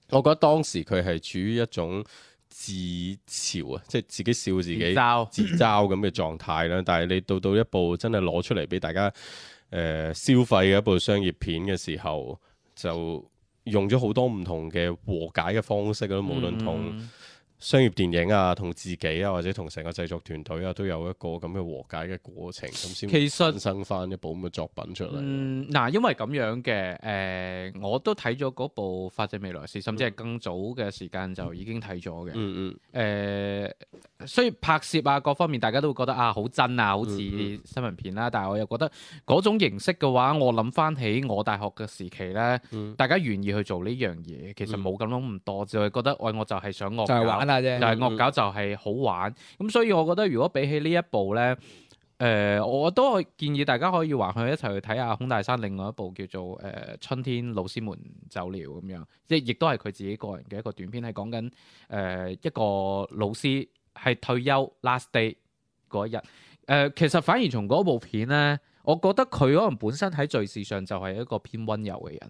S4: 我覺得當時佢係處於一種自嘲啊，即係自己笑自己。
S2: 罩，
S4: 自嘲咁嘅狀態
S2: 嗯
S4: 啦。但係你到到一部真係攞出嚟俾大家誒、呃消費嘅一部商業片嘅時候，就用咗好多唔同嘅和解嘅方式
S2: 嗯
S4: 咯，無論同商業電影啊、同自己啊，或者同成個製作團隊啊，都有一個咁嘅和解嘅過程，咁先
S2: 其實
S4: 產生翻一部咁嘅作品出嚟。
S2: 嗯，嗱，因為咁樣嘅，誒、我都睇咗嗰部《法制未來時》，甚至係更早嘅時間就已經睇咗嘅。誒、
S4: 嗯
S2: 雖然拍攝啊各方面，大家都會覺得啊好真啊，好似
S4: 嗯
S2: 新聞片啦，但係我又覺得嗰種形式嘅話，我諗翻起我大學嘅時期咧，
S4: 嗯
S2: 大家願意去做呢樣嘢，其實
S4: 嗯
S2: 冇咁諗咁多，就係覺得喂，我就係想
S4: 哦
S2: 惡
S3: 就係
S2: 搞
S3: 玩下
S2: 就
S3: 啫。嗯
S2: 係惡搞就係好玩。咁所以我覺得如果比起呢一部咧，诶、我都建議大家可以橫向一齊去睇下孔大山另外一部叫做誒、呃春天老師們走了》咁樣，即係亦都係佢自己個人嘅一個短片，係講緊誒一個老師係退休 last day 嗰一日。誒、呃其實反而從嗰部片咧，我覺得佢可能本身喺敘事上就係一個偏温柔嘅人，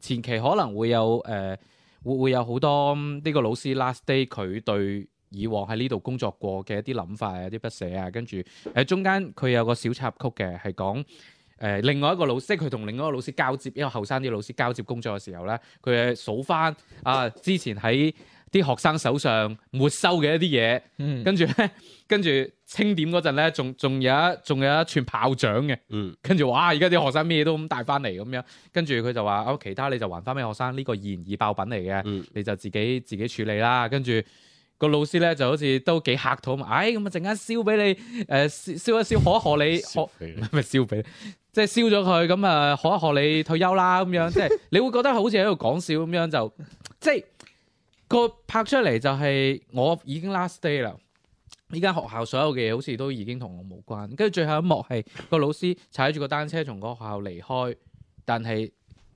S2: 前期可能會有誒、呃、會會有好多嗯呢個老師 last day 佢對。以往喺呢度工作過嘅一啲諗法啊、一啲不捨啊，跟住誒中間佢有個小插曲嘅，係講誒另外一個老師，即係佢同另外一個老師交接，因為後生啲老師交接工作嘅時候咧，佢係數翻啊之前喺啲學生手上沒收嘅一啲嘢，
S3: 嗯，
S2: 跟住咧， 跟住清點嗰陣咧，仲仲有一仲有一串炮仗嘅。
S4: 嗯，
S2: 跟住哇！而家啲學生咩都咁帶翻嚟咁樣，跟住佢就話：哦，其他你就還翻俾學生，呢、個易燃易爆品嚟嘅，
S4: 嗯
S2: 你就自己自己處理啦。跟住個老師咧就好似都幾客套咁，唉咁啊陣間燒俾你，誒、燒燒一燒，可一可你，可
S4: 笑死你
S2: 咪燒俾你，即係燒咗佢咁啊，可一可你退休啦咁樣，即係你會覺得好似喺度講笑咁樣就，即係個拍出嚟就係我已經 last day 啦。依間學校所有嘅嘢好似都已經同我無關，跟住最後一幕係個老師踩住個單車從嗰個學校離開，但係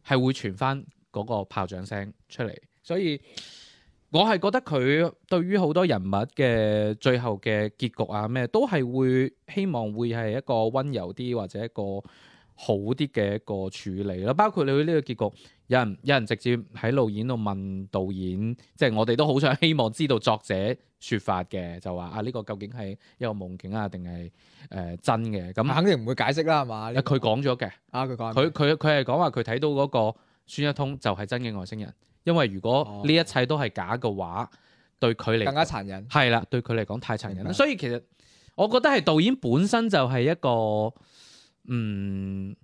S2: 係會傳翻嗰個炮仗聲出嚟，所以我係覺得佢對於好多人物嘅最後嘅結局啊咩，都係會希望會係一個温柔啲或者一個好啲嘅一個處理啦。包括你呢個結局，有人有人直接喺路演度問導演，即係我哋都好想希望知道作者説法嘅，就話啊呢、個究竟係一個夢境啊，定係誒真嘅咁。
S3: 肯定唔會解釋啦，係嘛？呢個
S2: 佢講咗嘅，
S3: 啊，佢講
S2: 佢佢佢係講話佢睇到嗰個孫一通就係真嘅外星人，因為如果呢一切都係假嘅話，對佢嚟
S3: 哦更加嗯殘忍。
S2: 係啦，對佢嚟講太殘忍
S3: 明
S2: 啦。
S3: 白
S2: 所以其實我覺得係導演本身就係一個嗯，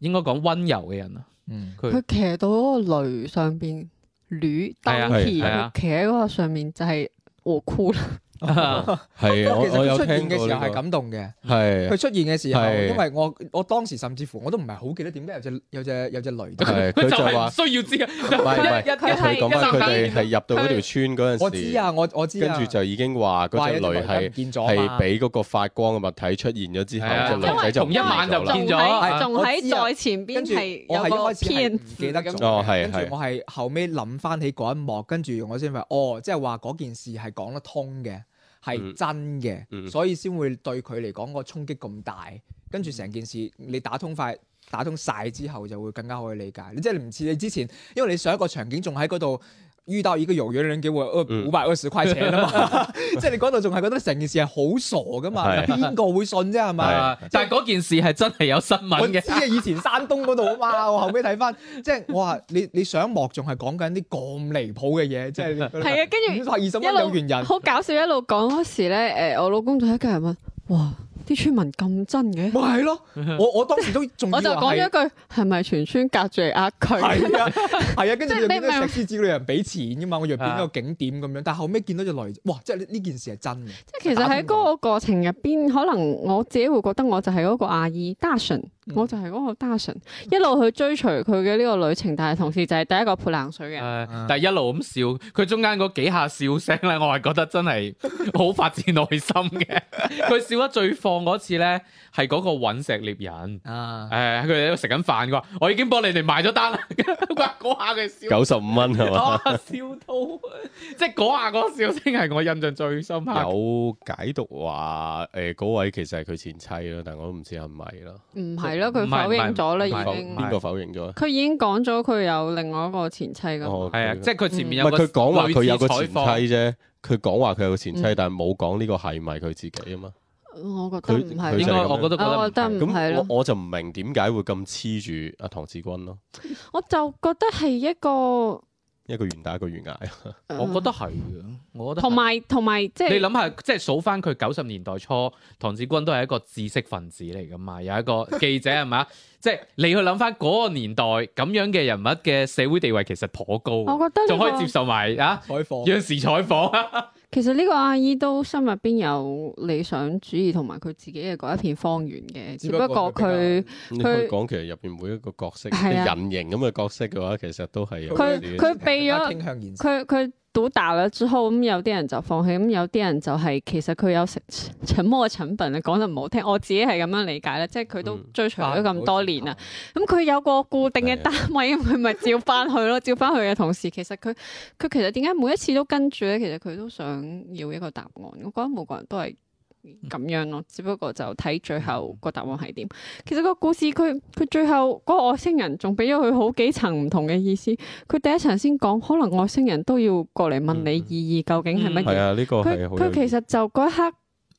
S2: 應該講温柔嘅人啦。
S3: 嗯，
S2: 佢
S1: 佢騎到嗰個雷上邊，捋
S2: 係啊
S1: 單騎，
S2: 係啊
S1: 佢騎喺嗰個上面就係我哭啦。
S4: 嗯
S2: 啊
S4: 係啊
S3: 不過其
S4: 我我
S3: 實
S4: 有
S3: 佢出
S4: 聽
S3: 現嘅
S4: 過
S3: 時候
S4: 呢
S3: 係
S4: 個
S3: 感動嘅。佢
S4: 係
S3: 出
S4: 啊
S3: 現嘅時候，
S4: 係
S3: 因為我我當時甚至乎我都唔係好記得點解有隻有隻有隻雷達。
S4: 係，
S2: 佢
S4: 佢
S2: 就
S4: 就
S2: 係
S4: 話
S2: 唔。需要知嘅，
S4: 唔係唔
S2: 一
S4: 係，
S2: 一
S4: 因為佢講翻佢哋係入到嗰條村嗰陣時，
S3: 我知啊，我我知
S4: 跟
S3: 啊。
S4: 住就已經話
S3: 話
S4: 嗰
S3: 有隻
S4: 隻雷
S3: 雷達唔
S4: 係
S3: 見咗啊
S4: 係
S3: 嘛。
S4: 俾嗰個發光嘅物體出現咗之後，
S2: 係啊
S4: 隻雷仔就
S2: 因為同一晚就
S4: 唔見
S2: 見
S4: 咗啦
S2: 咗
S1: 喺
S2: 係
S1: 仲
S3: 我知
S1: 喺
S3: 啊
S1: 在前邊
S3: 跟住
S1: 係
S3: 我係
S1: 有
S3: 一
S1: 個
S3: 開始係
S1: 偏
S3: 唔記得咗，
S4: 哦係
S3: 跟住
S4: 係
S3: 我係後尾諗翻起嗰一幕，跟住我先話哦，即係話嗰件事係講得通嘅，係
S4: 嗯
S3: 真嘅，
S4: 嗯
S3: 所以先會對佢嚟講個衝擊咁大。跟住成件事你打通快。打通晒之後就會更加可以理解，你即係唔似你之前，因為你上一個場景仲喺嗰度遇到一個有緣人給我呃
S4: 嗯
S3: 五百二十塊錢啊 嘛，即係你嗰度仲係覺得成件事係好傻噶嘛，
S4: 係
S3: 邊個會信啫係咪？
S2: 啊但係嗰件事係真係有新
S3: 我
S2: 聞
S3: 知
S2: 嘅。
S3: 啊，以前山東嗰度啊嘛，我後尾睇翻，即係我話你你上一幕仲係講緊啲咁離譜嘅嘢，即係
S1: 係啊，跟住
S3: 五百二十蚊
S1: 一路
S3: 有緣人，
S1: 好搞笑，一路講嗰時咧，诶、我老公就喺隔篱問：，哇，啲村民咁真
S3: 咪
S1: 嘅？
S3: 係咯，我我當時都仲以為
S1: 我就講咗
S3: 係
S1: 一句：係咪全村隔住嚟呃佢？
S3: 係啊係啊，跟住
S1: 即係
S3: 就見到
S1: 你明
S3: 石獅子嗰度有人俾錢噶嘛，我以為變咗個景點咁樣，但後尾見到只雷，哇！即係呢呢件事係真嘅，
S1: 即係其實喺嗰個過程入邊，可能我自己會覺得我就係嗰個阿姨 Dashin，
S3: 嗯
S1: 我就係嗰個 Dashin，一路去追隨佢嘅呢個旅程，但係同時就係第一個潑冷水嘅人。
S2: 誒
S4: 嗯
S3: 啊
S2: 但係一路咁笑，佢中間嗰幾下笑聲咧，我係覺得真係好發自內心 嘅。佢笑得最放嗰次咧，係嗰個隕石獵人。
S3: 啊，
S2: 誒，佢哋喺度食緊飯，佢話我已經幫你哋埋咗單啦。 哇嗰下嘅 笑，
S4: 九十五蚊係嘛？
S2: 哇笑到，即係嗰下嗰個笑聲係我印象最深刻嘅。
S4: 有解讀話誒嗰位其實係佢前妻啦，但我都唔知係咪啦。
S1: 唔係咯，佢
S2: 唔係
S1: 否認咗啦，
S2: 唔係
S1: 已
S4: 否
S1: 經
S2: 唔係
S4: 邊個否認咗啊？
S1: 佢已經講咗佢有另外一個前妻噶。
S4: 哦
S2: 係啊，
S4: 佢
S2: 即係佢前面
S4: 唔
S2: 有
S4: 係
S2: 個
S4: 佢講話佢有個
S2: 類
S4: 前
S2: 似
S4: 妻
S2: 採訪
S4: 啫，佢講話佢有個前妻
S1: 嗯，
S4: 但係冇講呢個係咪佢自己啊嘛。
S1: 我覺得唔
S4: 佢
S1: 係
S4: 就
S2: 應
S4: 係
S2: 該
S4: 咁
S1: 咯，
S4: 樣
S2: 我覺得覺得
S1: 我覺得
S2: 唔係
S1: 唔係
S4: 咁
S1: 咯，
S4: 我我就唔明點解會咁黐住阿唐志軍咯，
S1: 我就覺得係一個。
S4: 一個願打一個願捱。
S1: 呃
S2: 我覺得係嘅，我覺得係
S1: 同埋同埋即
S2: 你
S1: 係
S2: 諗下，即係數翻佢九十年代初，唐志軍都係一個知識分子嚟噶嘛，有一 個記者係嘛，即係你去諗翻嗰個年代咁樣嘅人物嘅社會地位其實頗高，
S1: 我覺得
S2: 仲
S1: 呢
S2: 可以接
S1: 個
S2: 受埋啊
S3: 採訪
S2: 央視採訪啊
S1: 其實呢個阿姨都心入邊有理想主義同埋佢自己嘅嗰一片方圓嘅，只不過佢
S3: 比
S4: 你可以講其實入邊每一個角色，
S1: 係啊
S4: 人形咁嘅角色嘅話，其實都係有
S1: 佢
S4: 自己
S1: 佢
S3: 較
S1: 避咗
S3: 傾向現實，
S1: 佢佢到大啦之後，咁有啲人就放棄，咁有啲人就係、其實佢有成 沉默嘅產品啊。講得唔好聽，我自己係咁樣理解啦，即係佢都
S4: 嗯
S1: 追隨咗咁多年啦。
S3: 啊，
S1: 咁佢有個固定嘅
S4: 係啊
S1: 單位，咁佢咪照翻去咯， 照翻去嘅同時，其實佢佢其實點解每一次都跟住咧？其實佢都想要一個答案。我覺得每個人都係咁樣咯，只不過就睇最後個答案係點。其實個故事佢佢最後嗰、個外星人仲俾咗佢好幾層唔同嘅意思。佢第一層先講，可能外星人都要過嚟問你意義究竟係乜
S4: 嗯係
S1: 嘢。
S4: 啊，呢個
S1: 佢
S4: 係好有
S1: 佢其實就嗰一刻，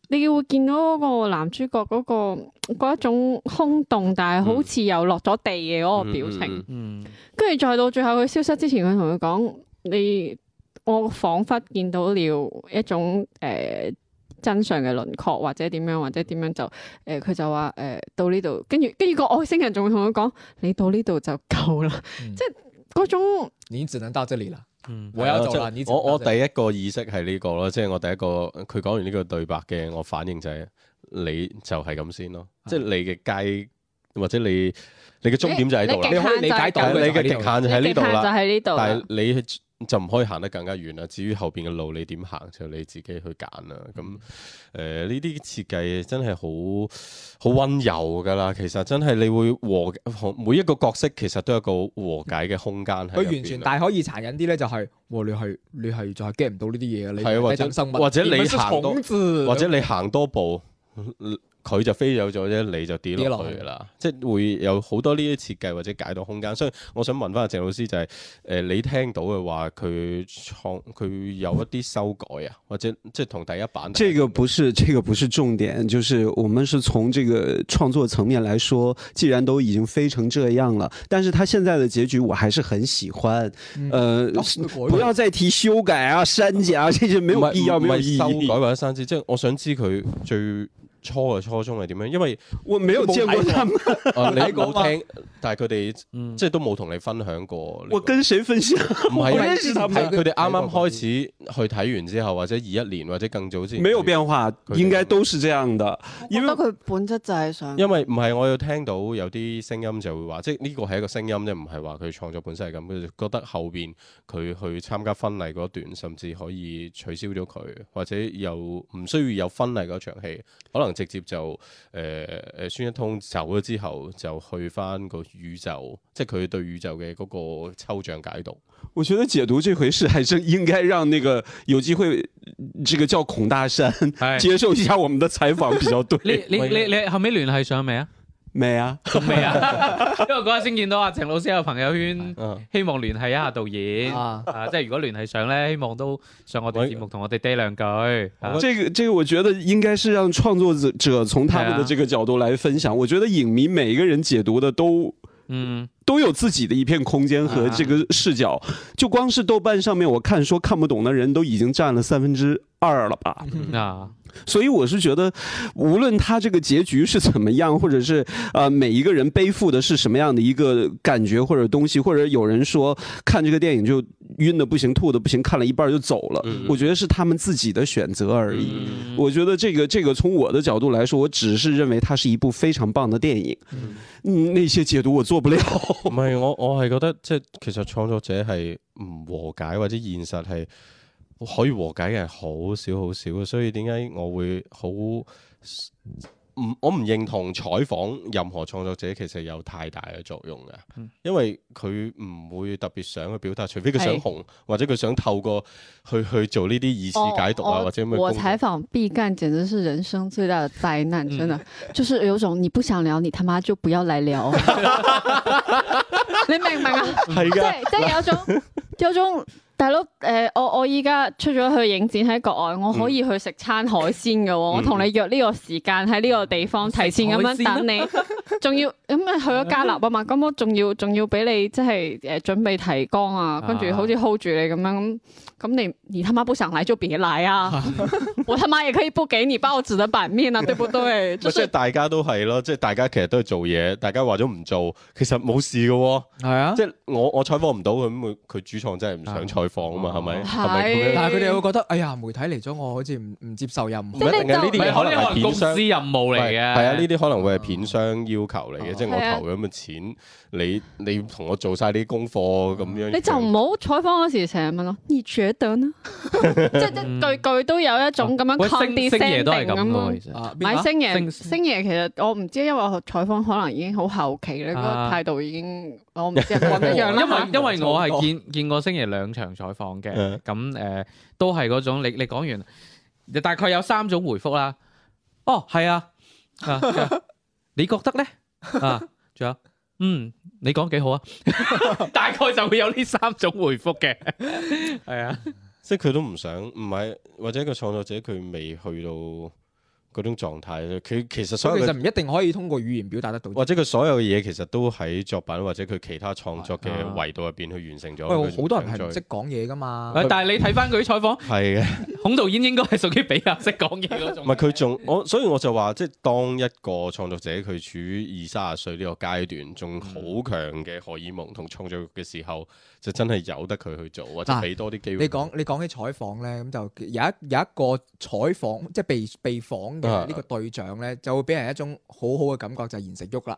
S1: 你會見到嗰個男主角嗰、個嗰一種空洞，但係好似又落咗地
S4: 嗯
S1: 嘅嗰個表情。
S4: 啊
S2: 嗯，
S1: 跟住再到最後佢消失之前，佢同佢講：你我彷彿見到了一種誒、呃真相嘅輪廓，或者點樣，或者點樣就誒，呃佢、就話誒、呃到呢度，跟住跟住個外星人仲會同佢講：你到呢度就夠啦，
S3: 嗯
S1: 即係嗰種
S3: 你只能到這里啦，
S2: 嗯
S3: 我有做
S4: 係啊
S3: 啦，
S4: 即
S3: 你
S4: 係
S3: 只
S4: 我
S3: 能
S4: 我
S3: 到這里
S4: 第一個意識係呢個咯，即係我第一個佢講完呢個對白嘅，我反應就係你
S1: 嗯
S4: 就係咁先咯，即係你嘅界或者你你嘅終點就喺度啦
S1: 你，
S3: 你可以理解到
S4: 但係
S3: 佢
S4: 你嘅
S3: 喺
S4: 極
S3: 呢度
S4: 限就喺呢度
S1: 極限就
S4: 啦，
S1: 喺呢度
S4: 但
S1: 啦。
S4: 係你就唔可以行得更加遠啦。至於後邊嘅路你點行就你自己去揀啦。咁誒呢啲設計真係好好温柔㗎啦，其實真係你會和每一個角色其實都有一個和解嘅空間喺入
S3: 佢完全
S4: 邊啦。啊
S3: 大可以殘忍啲咧，就係哇你係你係就係 get 唔到呢啲嘢嘅，你
S4: 係啊或
S3: 你
S4: 者
S3: 等生物，
S4: 或者你
S3: 們是
S4: 行多
S3: 蟲子
S4: 或者你行多步，佢就飛走咗啫，你就跌
S3: 跌
S4: 落
S3: 落
S4: 去
S3: 去
S4: 㗎啦。即係會有好多呢啲設計或者解到空間。所以我想問翻阿鄭老師就係、呃你聽到嘅話，佢創佢有一啲修改啊，或者即係同第一版
S5: 这个不是这个不是重点，就是我们是从这个创作层面来说，既然都已经飞成这样了，但是他现在的结局我还是很喜欢。呃，
S3: 哦
S5: 是
S3: 改咗
S5: 不要再提修改啊、删减啊，这些没有必要、
S4: 唔係
S5: 没有
S4: 唔係
S5: 意
S4: 修
S5: 义
S4: 改。或者刪字，即係我想知佢最。初嘅初衷係點樣？因 為
S5: 我没有见过他们，
S4: 啊你
S3: 睇過嘛
S4: 冇聽，但係佢哋
S2: 嗯
S4: 即係都冇同你分享過呢個。
S5: 我跟谁分享？
S4: 唔係
S5: 我认识他
S4: 係
S5: 们，
S4: 佢哋啱啱開始去睇完之後，或者二一年或者更早之前，
S5: 没有變化，
S4: 佢哋
S5: 应该都是这样的。因
S6: 覺
S5: 为
S6: 得佢本質就係想
S4: 因為唔係我有聽到有啲聲音就會話，即係呢個係一個聲音啫，唔係話佢創作本身係咁，佢就覺得後邊佢去參加婚禮嗰段，甚至可以取消咗佢，或者又唔需要有婚禮嗰場戲，可能直接就誒誒、呃、孫一通走咗之後，就去翻個宇宙，即係佢對宇宙嘅嗰個抽象解讀。
S5: 我觉得解读这回事还是应该让那个有机会，这个叫孔大山
S2: 係
S5: 接受一下我们的采访比较
S2: 你
S5: 对。
S2: 你你你後尾聯繫上未啊？
S5: 没啊，
S2: 仲未啊？ 因為嗰日先見到阿鄭老師有朋友圈，
S4: 嗯。
S2: 希望聯繫一下導演。
S3: 啊，
S2: 啊，即係如果聯繫上咧，希望都上我哋節目同我哋嗲兩句。啊
S5: 这个这个，我觉得应该是让创作者者从他们
S2: 对
S5: 的
S2: 啊
S5: 这个角度来分享。我觉得影迷每一个人解读的都
S2: 嗯，
S5: 都有自己的一片空间和这个视角。就光是豆瓣上面，我看说看不懂的人都已经占了三分之二了吧。
S2: 啊，
S5: 所以我是觉得，无论他这个结局是怎么样，或者是呃每一个人背负的是什么样的一个感觉或者东西，或者有人说看这个电影就晕的不行、吐的不行，看了一半就走了，
S4: 嗯
S5: 我觉得是他们自己的选择而已。
S2: 嗯
S5: 我觉得这个这个从我的角度来说，我只是认为它是一部非常棒的电影。嗯，那些解读我做不了。
S4: 唔係我，我係覺得即係其實創作者係唔和解或者現實係可以和解嘅人好少好少嘅，所以點解我會好唔我唔認同採訪任何創作者其實有太大嘅作用
S1: 嗯
S4: 嘅，因為佢唔會特別想去表達，除非佢想
S1: 係
S4: 紅或者佢想透過去去做呢啲二次解讀啊，
S1: 哦
S4: 或者咩
S6: 我
S4: 公嗯
S6: 采访毕赣简直是人生最大的灾难，真的、就是有种你不想聊，你他妈就不要来聊。你明唔明啊？
S4: 係
S6: 即
S4: 㗎。
S6: 係即係有 種有種大佬誒、呃我我依家出咗去影展喺國外，我可以去食餐海鮮嘅喎，我同你約呢個時間喺呢個地方提前咁樣等你，仲要咁啊去咗加納啊 嘛，咁我仲要仲要俾你即係誒準備提綱啊，跟住好似 hold 住你咁樣咁，咁你你他媽不想來就別來 啊，我他媽也可以不給你報紙的版面啊，對不對？
S4: 咪
S6: 就
S4: 即係
S6: 是
S4: 大家都係咯，即係大家其實都係做嘢，大家話咗唔做，其實冇事嘅喎。
S3: 係啊
S4: 即。係我我採訪唔到佢咁佢，佢主創真係唔想採訪啊
S6: 哦
S4: 嘛，係咪？係咪咁樣？
S3: 但係佢哋會覺得，哎呀，媒體嚟咗，我好似唔唔接受任
S4: 唔
S3: 何
S4: 一定係呢
S2: 唔
S4: 啲
S2: 係
S4: 嘢
S2: 可
S4: 可能
S2: 能
S4: 係
S2: 公
S4: 片
S2: 司
S4: 商，
S2: 任務嚟嘅。
S4: 係啊，呢啲可能會係片商要要求嚟嘅，
S3: 哦
S4: 即係
S6: 係啊
S4: 我投咗咁嘅錢，你你同我做晒啲功課咁樣，
S6: 你就唔好採訪嗰時成日問我，你覺得 呢？即係一句句都有一種咁樣
S2: 嗯喂星星爺都係
S6: condescending
S2: 咁
S6: 咁
S2: 咯，
S6: 樣。
S2: 其實。
S3: 啊，邊
S6: 買
S3: 個
S6: 星爺，
S2: 星
S6: 星爺其實我唔知，因為我採訪可能已經好後期咧，嗰
S2: 啊
S6: 個態度已經我唔知係咪一樣
S2: 因
S6: 啦
S2: 為。因為我係
S3: 冇錯
S2: 見見過星爺兩場採訪嘅
S4: 嗯，
S2: 咁誒、呃都係嗰種你你講完，大概有三種回覆啦。哦，係啊，啊 你覺得咧？啊，仲有，嗯，你講幾好啊？大概就會有呢三種回覆嘅，係啊，
S4: 即係佢都唔想，唔係或者個創作者佢未去到嗰種狀態，佢其實所
S3: 所以
S4: 有
S3: 其實
S4: 嘅
S3: 唔一定可以通過語言表達得到。
S4: 或者佢所有嘅嘢其實都喺作品或者佢其他創作嘅
S2: 啊
S4: 維度入邊去完成咗。
S3: 喂，好多人係唔
S4: 佢
S3: 識講嘢噶嘛。
S2: 喂但係你睇翻佢啲採訪，
S4: 係嘅。
S2: 孔導演應該係屬於比較識講嘢嗰種
S4: 唔。係佢仲我，所以我就話，即係當一個創作者佢處於二三十歲呢個階段，
S3: 嗯
S4: 仲好強嘅荷爾蒙同創作欲嘅時候，就真係由得佢去做，或者
S3: 嗱
S4: 俾多啲機會。
S3: 你講你講起採訪咧，咁就有一有一個採訪即係被被訪
S4: 啊
S3: 嘅呢個對象咧，就會俾人一種好好嘅感覺，就係言承旭啦。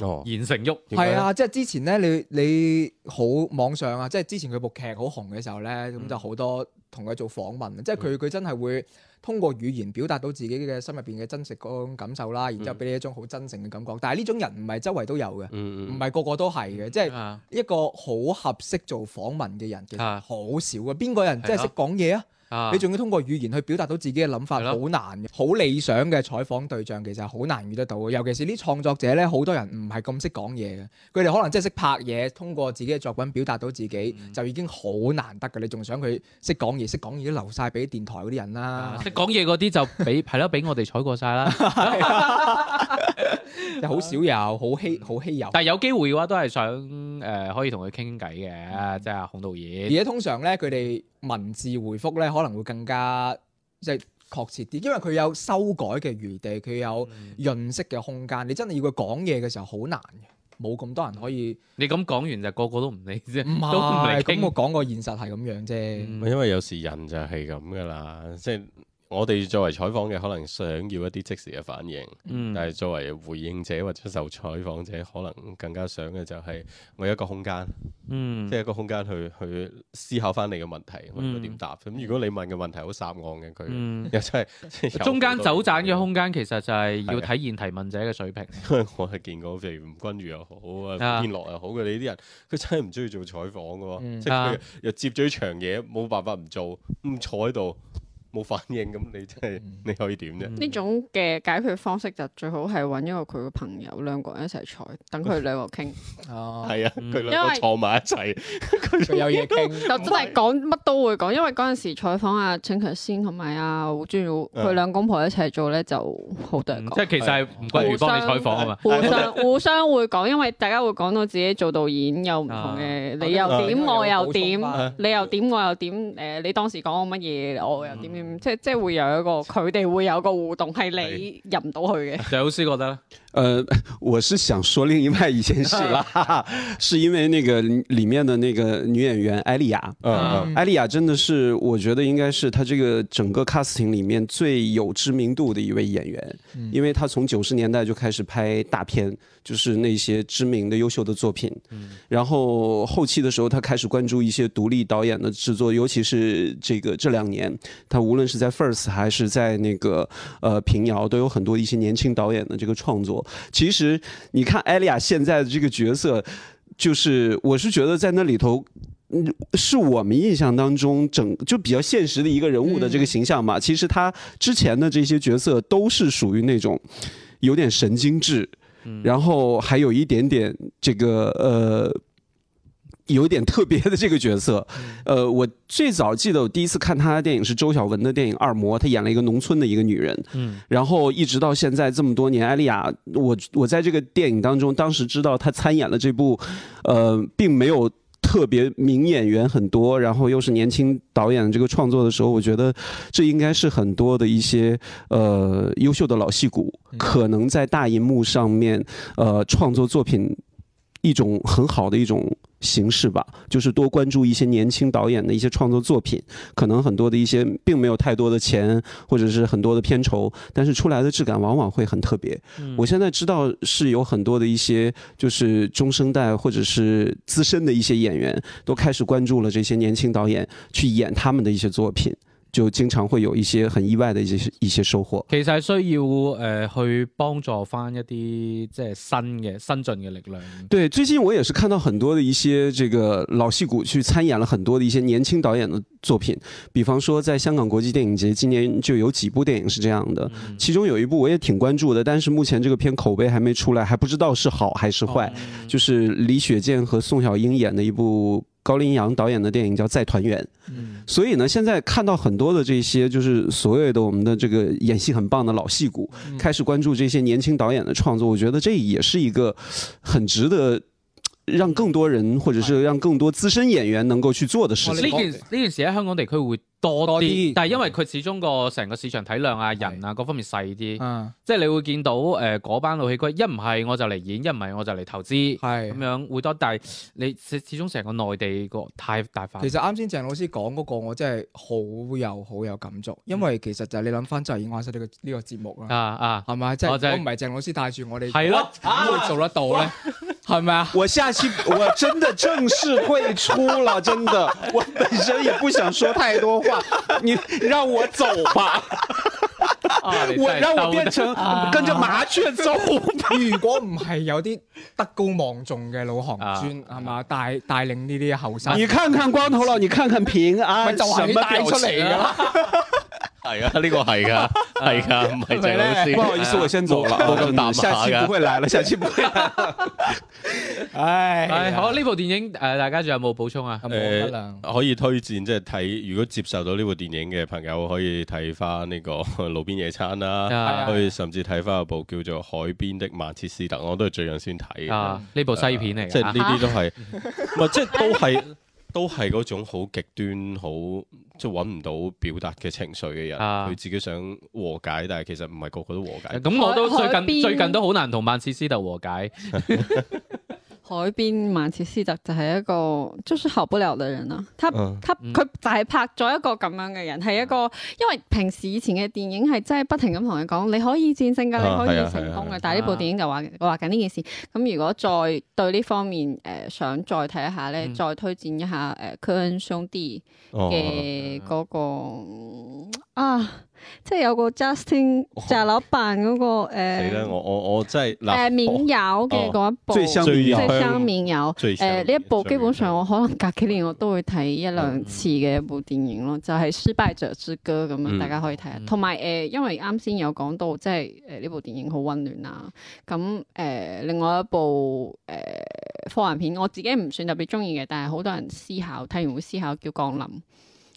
S4: 哦，
S2: 言承旭，
S4: 點解
S3: 係
S4: 咧
S3: 啊，即係之前咧，你你好網上啊，即係之前佢部劇好紅嘅時候咧，
S4: 嗯
S3: 咁就好多同佢做訪問，啊即係佢佢真係會通過語言表達到自己嘅心入邊嘅真實嗰種感受啦，然之後俾你一種好真誠嘅感覺。但係呢種人唔係周圍都有嘅，
S4: 嗯
S3: 唔
S4: 嗯，
S3: 係個個都係嘅，即係。
S2: 啊
S3: 一個好合適做訪問嘅人，其實
S2: 啊
S3: 好少嘅。邊個人真係識講嘢啊？
S2: 啊
S3: 你仲要通過語言去表達到自己嘅諗法，
S2: 係咯
S3: 好難嘅。好理想嘅採訪對象其實好難遇得到嘅，尤其是啲創作者咧，好多人唔係咁識講嘢嘅。佢哋可能真係識拍嘢，通過自己嘅作品表達到自己，
S2: 嗯
S3: 就已經好難得嘅。你仲想佢識講嘢，識講嘢都留晒俾電台嗰啲人啦，
S2: 識啊講嘢嗰啲就俾 係咯，俾我哋採過晒啦。
S3: 即係好少有，好稀
S2: 嗯
S3: 好稀有。
S2: 但係有機會嘅話，都係想誒、呃可以同佢傾傾偈嘅，即係孔導
S3: 而
S2: 演。
S3: 且通常咧，佢哋文字回覆咧可能會更加即係確切啲，因為佢有修改嘅餘地，佢有
S2: 嗯
S3: 潤色嘅空間。你真係要佢講嘢嘅時候好難嘅，冇咁多人可以。
S2: 你咁講完就個個都唔嗯理啫，
S3: 唔
S2: 都唔嚟
S3: 係，咁
S2: 傾
S3: 我。講個現實係咁樣啫。
S4: 唔係嗯因為有時人就係咁噶啦，即係我哋作為採訪嘅，可能想要一啲即時嘅反應，
S2: 嗯
S4: 但係作為回應者或者受採訪者，可能更加想嘅就係我有一個空間。
S2: 嗯
S4: 即係一個空間去去思考翻你嘅問題，我
S3: 嗯
S4: 應該點答？咁如果你問嘅問題好答案嘅，佢
S2: 嗯，
S4: 又真係即係有
S2: 中間
S4: 好多
S2: 走盞嘅
S4: 嘢，
S2: 空間其實就係要
S4: 係
S2: 體現提問者嘅水平。
S4: 我係見過，譬如吳君如又好
S2: 啊
S4: 啊，伍建樂又好嘅，你啲人佢真係唔中意做採訪嘅
S3: 嗯
S4: 喎，即係佢
S2: 啊
S4: 又接咗啲長嘢，冇辦法唔做，唔坐喺度冇反應，咁你真係
S2: 嗯
S4: 你可以點啫？
S6: 呢種嘅解決方式就最好係揾一個佢嘅朋友，兩個人一齊坐，等佢兩個 傾，
S3: 哦，
S4: 係啊，
S2: 嗯
S4: 佢
S6: 因
S4: 兩
S6: 為
S4: 個坐埋一齊，
S3: 佢有嘢傾。
S6: 就真係講乜都會講。因為嗰陣時採訪阿陳強先同埋阿胡尊耀，
S4: 嗯
S6: 佢兩公婆一齊做咧就好多人
S2: 嗯
S6: 講
S2: 即。係其實係吳君如幫你採訪啊嘛。
S6: 互相互相會講，因為大家會講到自己做導演有唔同嘅，你又點啊我又點，
S4: 啊
S2: 啊
S6: 你又點我又點，誒你當時講我乜嘢，我又點點，即係即係會有一個佢哋會有一個互動，係你入唔到去嘅。
S2: 鄭老師覺得咧，
S5: 呃，我是想说另外一件事啦，哈哈是因为那个里面的那个女演员艾丽亚，
S4: 嗯
S5: 艾丽亚真的是我觉得应该是她这个整个 casting 里面最有知名度的一位演员，因为她从九十年代就开始拍大片，就是那些知名的优秀的作品，然后后期的时候她开始关注一些独立导演的制作，尤其是这个这两年，她无论是在 First 还是在那个呃平遥，都有很多一些年轻导演的这个创作。其实你看艾丽亚现在的这个角色，就是我是觉得在那里头。嗯，是我们印象当中整就比较现实的一个人物的这个形象嘛。其实他之前的这些角色都是属于那种有点神经质，然后还有一点点这个呃。有点特别的这个角色，呃，我最早记得我第一次看他的电影是周晓雯的电影《二魔》，她演了一个农村的一个女人，
S2: 嗯，
S5: 然后一直到现在这么多年，艾丽亚，我我在这个电影当中，当时知道她参演了这部，呃，并没有特别名演员很多，然后又是年轻导演的这个创作的时候，我觉得这应该是很多的一些呃优秀的老戏骨，可能在大银幕上面呃创作作品。一种很好的一种形式吧，就是多关注一些年轻导演的一些创作作品，可能很多的一些并没有太多的钱，或者是很多的片酬，但是出来的质感往往会很特别。我现在知道是有很多的一些就是中生代或者是资深的一些演员都开始关注了这些年轻导演去演他们的一些作品。就经常会有一些很意外的一些一些收获。
S2: 其實係需要誒、呃去幫助翻一啲即係新嘅新進嘅力量。
S5: 对，最近我也是看到很多的一些这个老戏骨去参演了很多的一些年轻导演的作品，比方说在香港国际电影节，今年就有几部电影是这样的，
S2: 嗯
S5: 其中有一部我也挺关注的，但是目前这个片口碑还没出来，还不知道是好还
S2: 嗯
S5: 是坏，就是李雪健和宋小英演的一部。高林阳导演的电影叫《再团圆》，
S2: 嗯
S5: 所以呢，现在看到很多的这些就是所谓的我们的这个演戏很棒的老戏骨，开始关注这些年轻导演的创作，我觉得这也是一个很值得让更多人或者是让更多资深演员能够去做的事
S3: 我
S2: 呢
S5: 情
S3: 理。
S2: 件呢件事喺香港地區會多
S3: 多
S2: 啲
S3: 啲，
S2: 但係因為佢始終個成個市場體量啊、人啊各方面細啲，
S3: 嗯，
S2: 即 係你會見到誒嗰班老戲骨，一唔係我就嚟演，一唔係我就嚟投資，咁
S3: 係。
S2: 樣會多。但係你始始終成個內地個太大化
S3: 其，實啱先鄭老師講嗰個，我真係好有好有感觸，因為其實就係你諗翻就係演愛室呢個呢個節目
S2: 嗯啊
S3: 啦，
S2: 啊，
S3: 係咪？即係
S2: 我就係
S3: 如果唔係鄭老師帶住我哋，
S2: 係咯
S3: 點會做得到咧？係咪 啊？
S5: 我下期我真的正式退出了，真的，我本身也不想说太多话，你让我走吧，
S2: 啊你真
S5: 我
S2: 係
S5: 让我
S2: 兜
S5: 变
S2: 得
S5: 成跟
S3: 啊
S5: 着麻雀走
S3: 如果唔係有啲德高望重嘅老行尊係嘛，帶帶領呢啲後生，
S5: 你看看光头佬，你看看平
S3: 咪
S5: 安，
S3: 就係
S5: 什
S3: 你
S5: 么
S3: 帶
S5: 表
S3: 出
S5: 情啊
S3: 嚟 㗎啦。
S4: 係啊，呢個 係噶，係噶，唔係鄭老師。
S5: 不好意哎思，我先走了，
S4: 冇咁淡
S5: 下
S4: 下
S5: 期不
S4: 㗎。
S5: 会来了，下期不会 来。
S3: 唉
S5: 哎
S2: 唉，好呢部電影誒，大家仲有冇補充啊？
S3: 咁冇得啦。
S4: 可以推薦即係睇，如果接受到呢部電影嘅朋友，可以睇翻呢個 《路邊野餐》啦，
S2: 啊
S4: 可以甚至睇翻有部叫做《海邊的曼徹斯特》，我都係最近先睇嘅。
S2: 啊，呢部西片嚟㗎，
S4: 即係呢啲都係，唔係即係都係 都係嗰種好極端、好即係揾唔到表達嘅情緒嘅人，
S2: 啊
S4: 佢自己想和解，但係其實唔係個個都和解。
S2: 咁我都
S1: 海
S2: 最
S1: 海
S2: 近
S1: 邊
S2: 最近都好難同曼徹斯特和解。
S1: 海邊曼徹斯特就係一個就是好不了的人啦。他
S4: 嗯
S1: 他佢就係拍咗一個咁樣嘅人，係一個因為平時以前嘅電影係真係不停咁同佢講，你可以戰勝㗎，
S4: 啊
S1: 你可
S4: 係啊
S1: 以成功
S4: 係啊係
S1: 嘅
S4: 啊。
S1: 但係呢部電影就話話緊呢件事。咁如果再對呢方面誒、呃想再睇一下咧，
S2: 嗯
S1: 再推薦一下呃誒 c u r 兄弟
S4: 哦
S1: 嘅嗰個嗯啊，即係有個 Justin 炸佬扮嗰個
S4: 哦死啦！
S1: 誒
S4: 我我我真係
S1: 誒
S4: 嗱，
S1: 免友嘅嗰一部。
S5: 最香
S4: 最
S5: 民
S1: 即
S5: 谣
S4: 香
S1: 係生面有。
S2: 呃
S4: 最
S1: 誒呃呢一部基本
S2: 嗯
S1: 上我可能隔幾年我都會睇一兩次嘅一部電影咯，就係《失敗者之歌》咁樣，
S4: 嗯
S1: 大家可以睇下。同埋誒，因為啱先有講到即係誒呢部電影好温暖啦，咁誒、另外一部誒、科幻片，我自己唔算特別中意嘅，但係好多人思考睇完會思考叫《降臨》。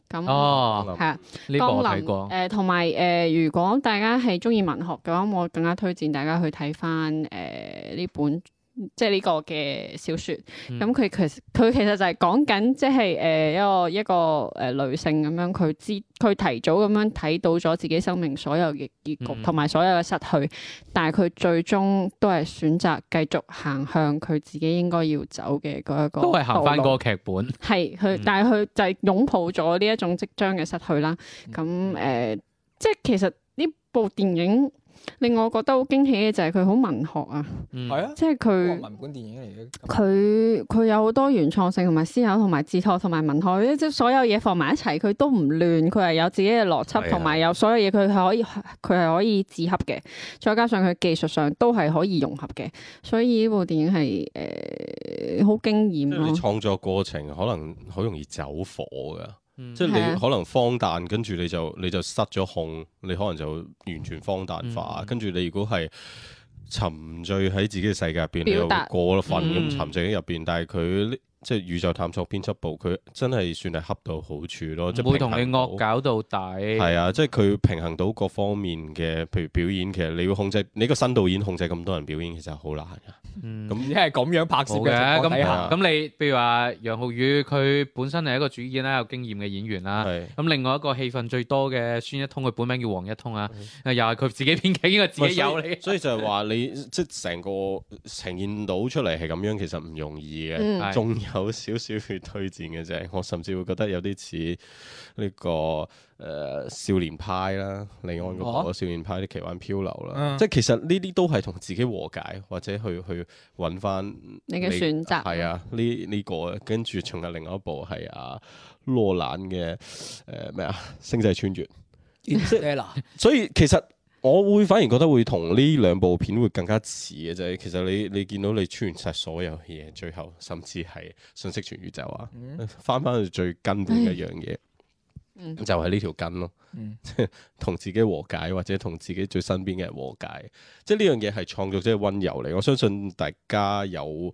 S1: 咁
S2: 哦，
S1: 係啊。
S2: 呢個我睇過。
S1: 誒呃同埋誒，如果大家係中意文學嘅話，我更加推薦大家去睇翻誒呢本。即係呢個嘅小説，
S2: 嗯
S1: 咁佢其實佢其實就係講緊即係誒一個一個誒、呃女性咁樣，佢知佢提早咁樣睇到咗自己生命所有嘅結局
S2: 嗯
S1: 同埋、所有嘅失去，但係佢最終都係選擇繼續行向佢自己應該要走嘅嗰一個
S2: 都係行翻
S1: 道路
S2: 嗰個劇本，
S1: 係
S2: 嗯
S1: 佢，但係佢就係擁抱咗呢一種即將嘅失去啦。
S2: 嗯
S1: 咁誒、呃即係其實呢部電影令我覺得好驚喜嘅就係佢好文學啊，
S2: 嗯
S3: 係啊，
S1: 即係
S3: 嗰個
S1: 佢
S3: 文本電影嚟嘅。
S1: 佢佢有好多原創性同埋思考同埋哲學同埋文學，即係所有嘢放埋一齊，佢都唔亂，佢係有自己嘅邏
S4: 係
S1: 輯
S4: 啊
S1: 同埋有所有嘢佢係可以佢係可以自洽嘅，再加上佢技術上都係可以融合嘅，所以呢部電影係誒好驚
S4: 即
S1: 豔
S4: 係
S1: 啊咯
S4: 你。創作過程可能好容易走火㗎。
S2: 嗯
S4: 即係
S1: 係
S4: 你
S1: 啊
S4: 可能荒誕，跟住你就你就失咗控，你可能就完全荒誕化。
S2: 嗯
S4: 跟住你如果係沉醉喺自己嘅世界入邊，你
S1: 表
S4: 又
S1: 達
S4: 過咗份
S2: 嗯
S4: 咁沉醉喺入邊。但係佢呢即係宇宙探索編輯部，佢真係算係恰到好處咯，即係
S2: 唔會同你
S4: 平衡到
S2: 惡搞到底。
S4: 係啊，即係佢平衡到各方面嘅，譬如表演，其實你要控制你個新導演控制咁多人表演，其實好難噶。
S2: 嗯
S4: 咁
S3: 而家係咁樣拍攝
S2: 冇
S3: 嘅
S2: 嘅，
S3: 情況底
S2: 咁
S3: 下
S4: 下
S2: 咁你譬如話楊浩宇，佢本身係一個主演啊啦，有經驗嘅演員啦。
S4: 係
S2: 咁另外一個戲份最多嘅孫一通，佢本名叫黃一通啊，又係佢自己編劇，應該自己有你。
S4: 嗯所以就係話你即係成個呈現到出嚟係咁樣，其實唔容易嘅。
S6: 嗯
S2: 係
S4: 仲有少少要推薦嘅就係，我甚至會覺得有啲似呢個誒、呃少年派啦，李安嗰
S3: 哦
S4: 個少年派啲奇幻漂流啦，
S3: 嗯
S4: 即係其實呢啲都係同自己和解，或者去去揾翻
S6: 你嘅選擇
S4: 係啊，呢呢、個跟住仲有另外一部係啊羅蘭嘅誒咩啊星際穿越，
S3: Interstellar
S4: 所以其實。我會反而覺得會同呢兩部片會更加似嘅就係，其實你你見到你穿越晒所有嘢，最後甚至係信息全宇宙啊，翻翻去最根本嘅一樣嘢，
S6: 嗯
S4: 就係呢條筋咯，
S3: 嗯
S4: 即係 同自己和解，或者同自己最身邊嘅人和解，即係呢樣嘢係創造者嘅温柔嚟。我相信大家有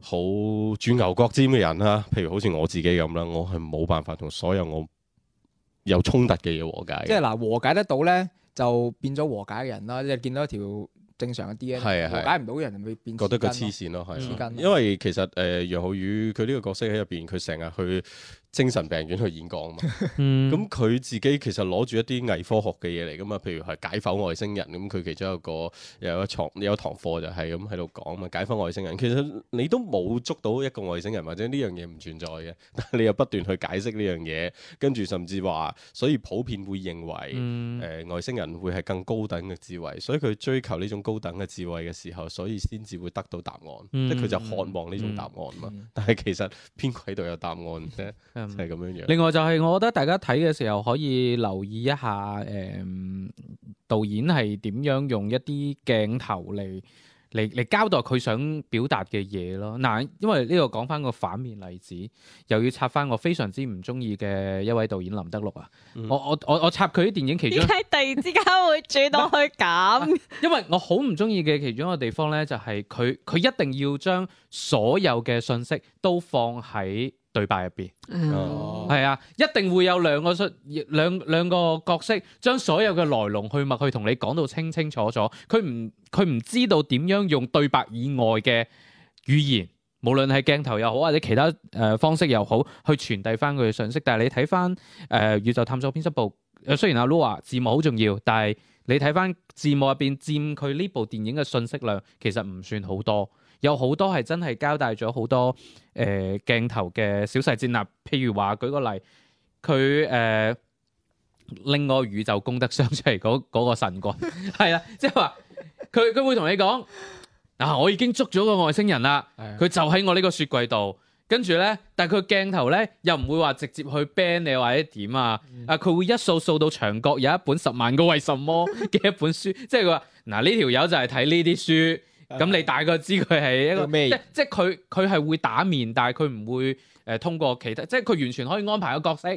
S4: 好鑽牛角尖嘅人啦，譬如好似我自己咁啦，我係冇辦法同所有我有衝突嘅嘢和解嘅。
S3: 即係嗱，和解得到咧，就變咗和解嘅人啦。即係見到一條正常嘅 DNA，
S4: 係啊係
S3: 和
S4: 啊
S3: 解唔到嘅人咪變
S4: 覺得佢
S3: 黐筋咯
S4: 黐線咯，係啊
S3: 嗯
S4: 因為其實呃誒楊浩宇佢呢個角色喺入邊，佢成日去精神病院去演講啊嘛。
S2: 嗯
S4: 咁佢自己其實攞住一啲偽科學嘅嘢嚟噶嘛，譬如係解剖外星人咁，佢其中一個有一堂有一堂課就係咁喺度講嘛，解剖外星人其實你都冇捉到一個外星人或者呢樣嘢唔存在嘅，但係你又不斷去解釋呢樣嘢，跟住甚至話，所以普遍會認為。誒、
S2: 嗯
S4: 呃外星人會係更高等嘅智慧，所以佢追求呢種高等嘅智慧嘅時候，所以先至會得到答案，
S2: 嗯
S4: 即係佢就渴望呢種答案嘛。
S3: 嗯
S4: 但係其實邊鬼度有答案啫，
S2: 嗯
S4: 就係咁樣樣。
S2: 另外就係我覺得大家睇嘅時候可以留意一下，誒、導演係點樣用一啲鏡頭嚟嚟嚟交代佢想表達嘅嘢咯。嗱，因為呢個講翻個反面例子，又要插翻我非常之唔中意嘅一位導演林德祿啊。
S4: 嗯
S2: 我我我我插佢啲電影其
S6: 點
S2: 中一
S6: 解突然之間會轉到去 咁？
S2: 因為我好唔中意嘅其中一個地方咧，就係佢佢一定要將所有嘅信息都放喺對白入邊，
S4: 哦
S2: 係啊，一定會有兩個出兩兩個角色，將所有嘅來龍去脈去同你講到清清楚楚。佢唔佢唔知道點樣用對白以外嘅語言，無論係鏡頭又好，或者其他誒、呃方式又好，去傳遞翻佢嘅信息。但係你睇翻誒宇宙探索編輯部，呃誒雖然阿 Lu 話字幕好重要，但係你睇翻字幕入邊佔佢呢部電影嘅信息量，其實唔算好多。有好多係真係交代咗好多誒、呃、鏡頭嘅小細節嗱，譬如話舉個例，佢誒、呃拎個宇宙功德箱出嚟嗰嗰個神棍， 係啦，即係話佢佢會同你講啊，我已經捉咗個外星人啦，
S3: 啊
S2: 佢就喺我呢個雪櫃度。跟住咧，但係佢鏡頭咧又唔會話直接去 ban 你或者點啊，
S3: 嗯
S2: 啊佢會一掃掃到牆角有一本十萬個為什麼 嘅一本書，即係佢話嗱呢條友就係睇呢啲書，咁你大概知佢係一個
S3: 啊叫咩
S2: 即即係佢佢係會打面，但係佢唔會誒、呃通過其他，即係佢完全可以安排個角色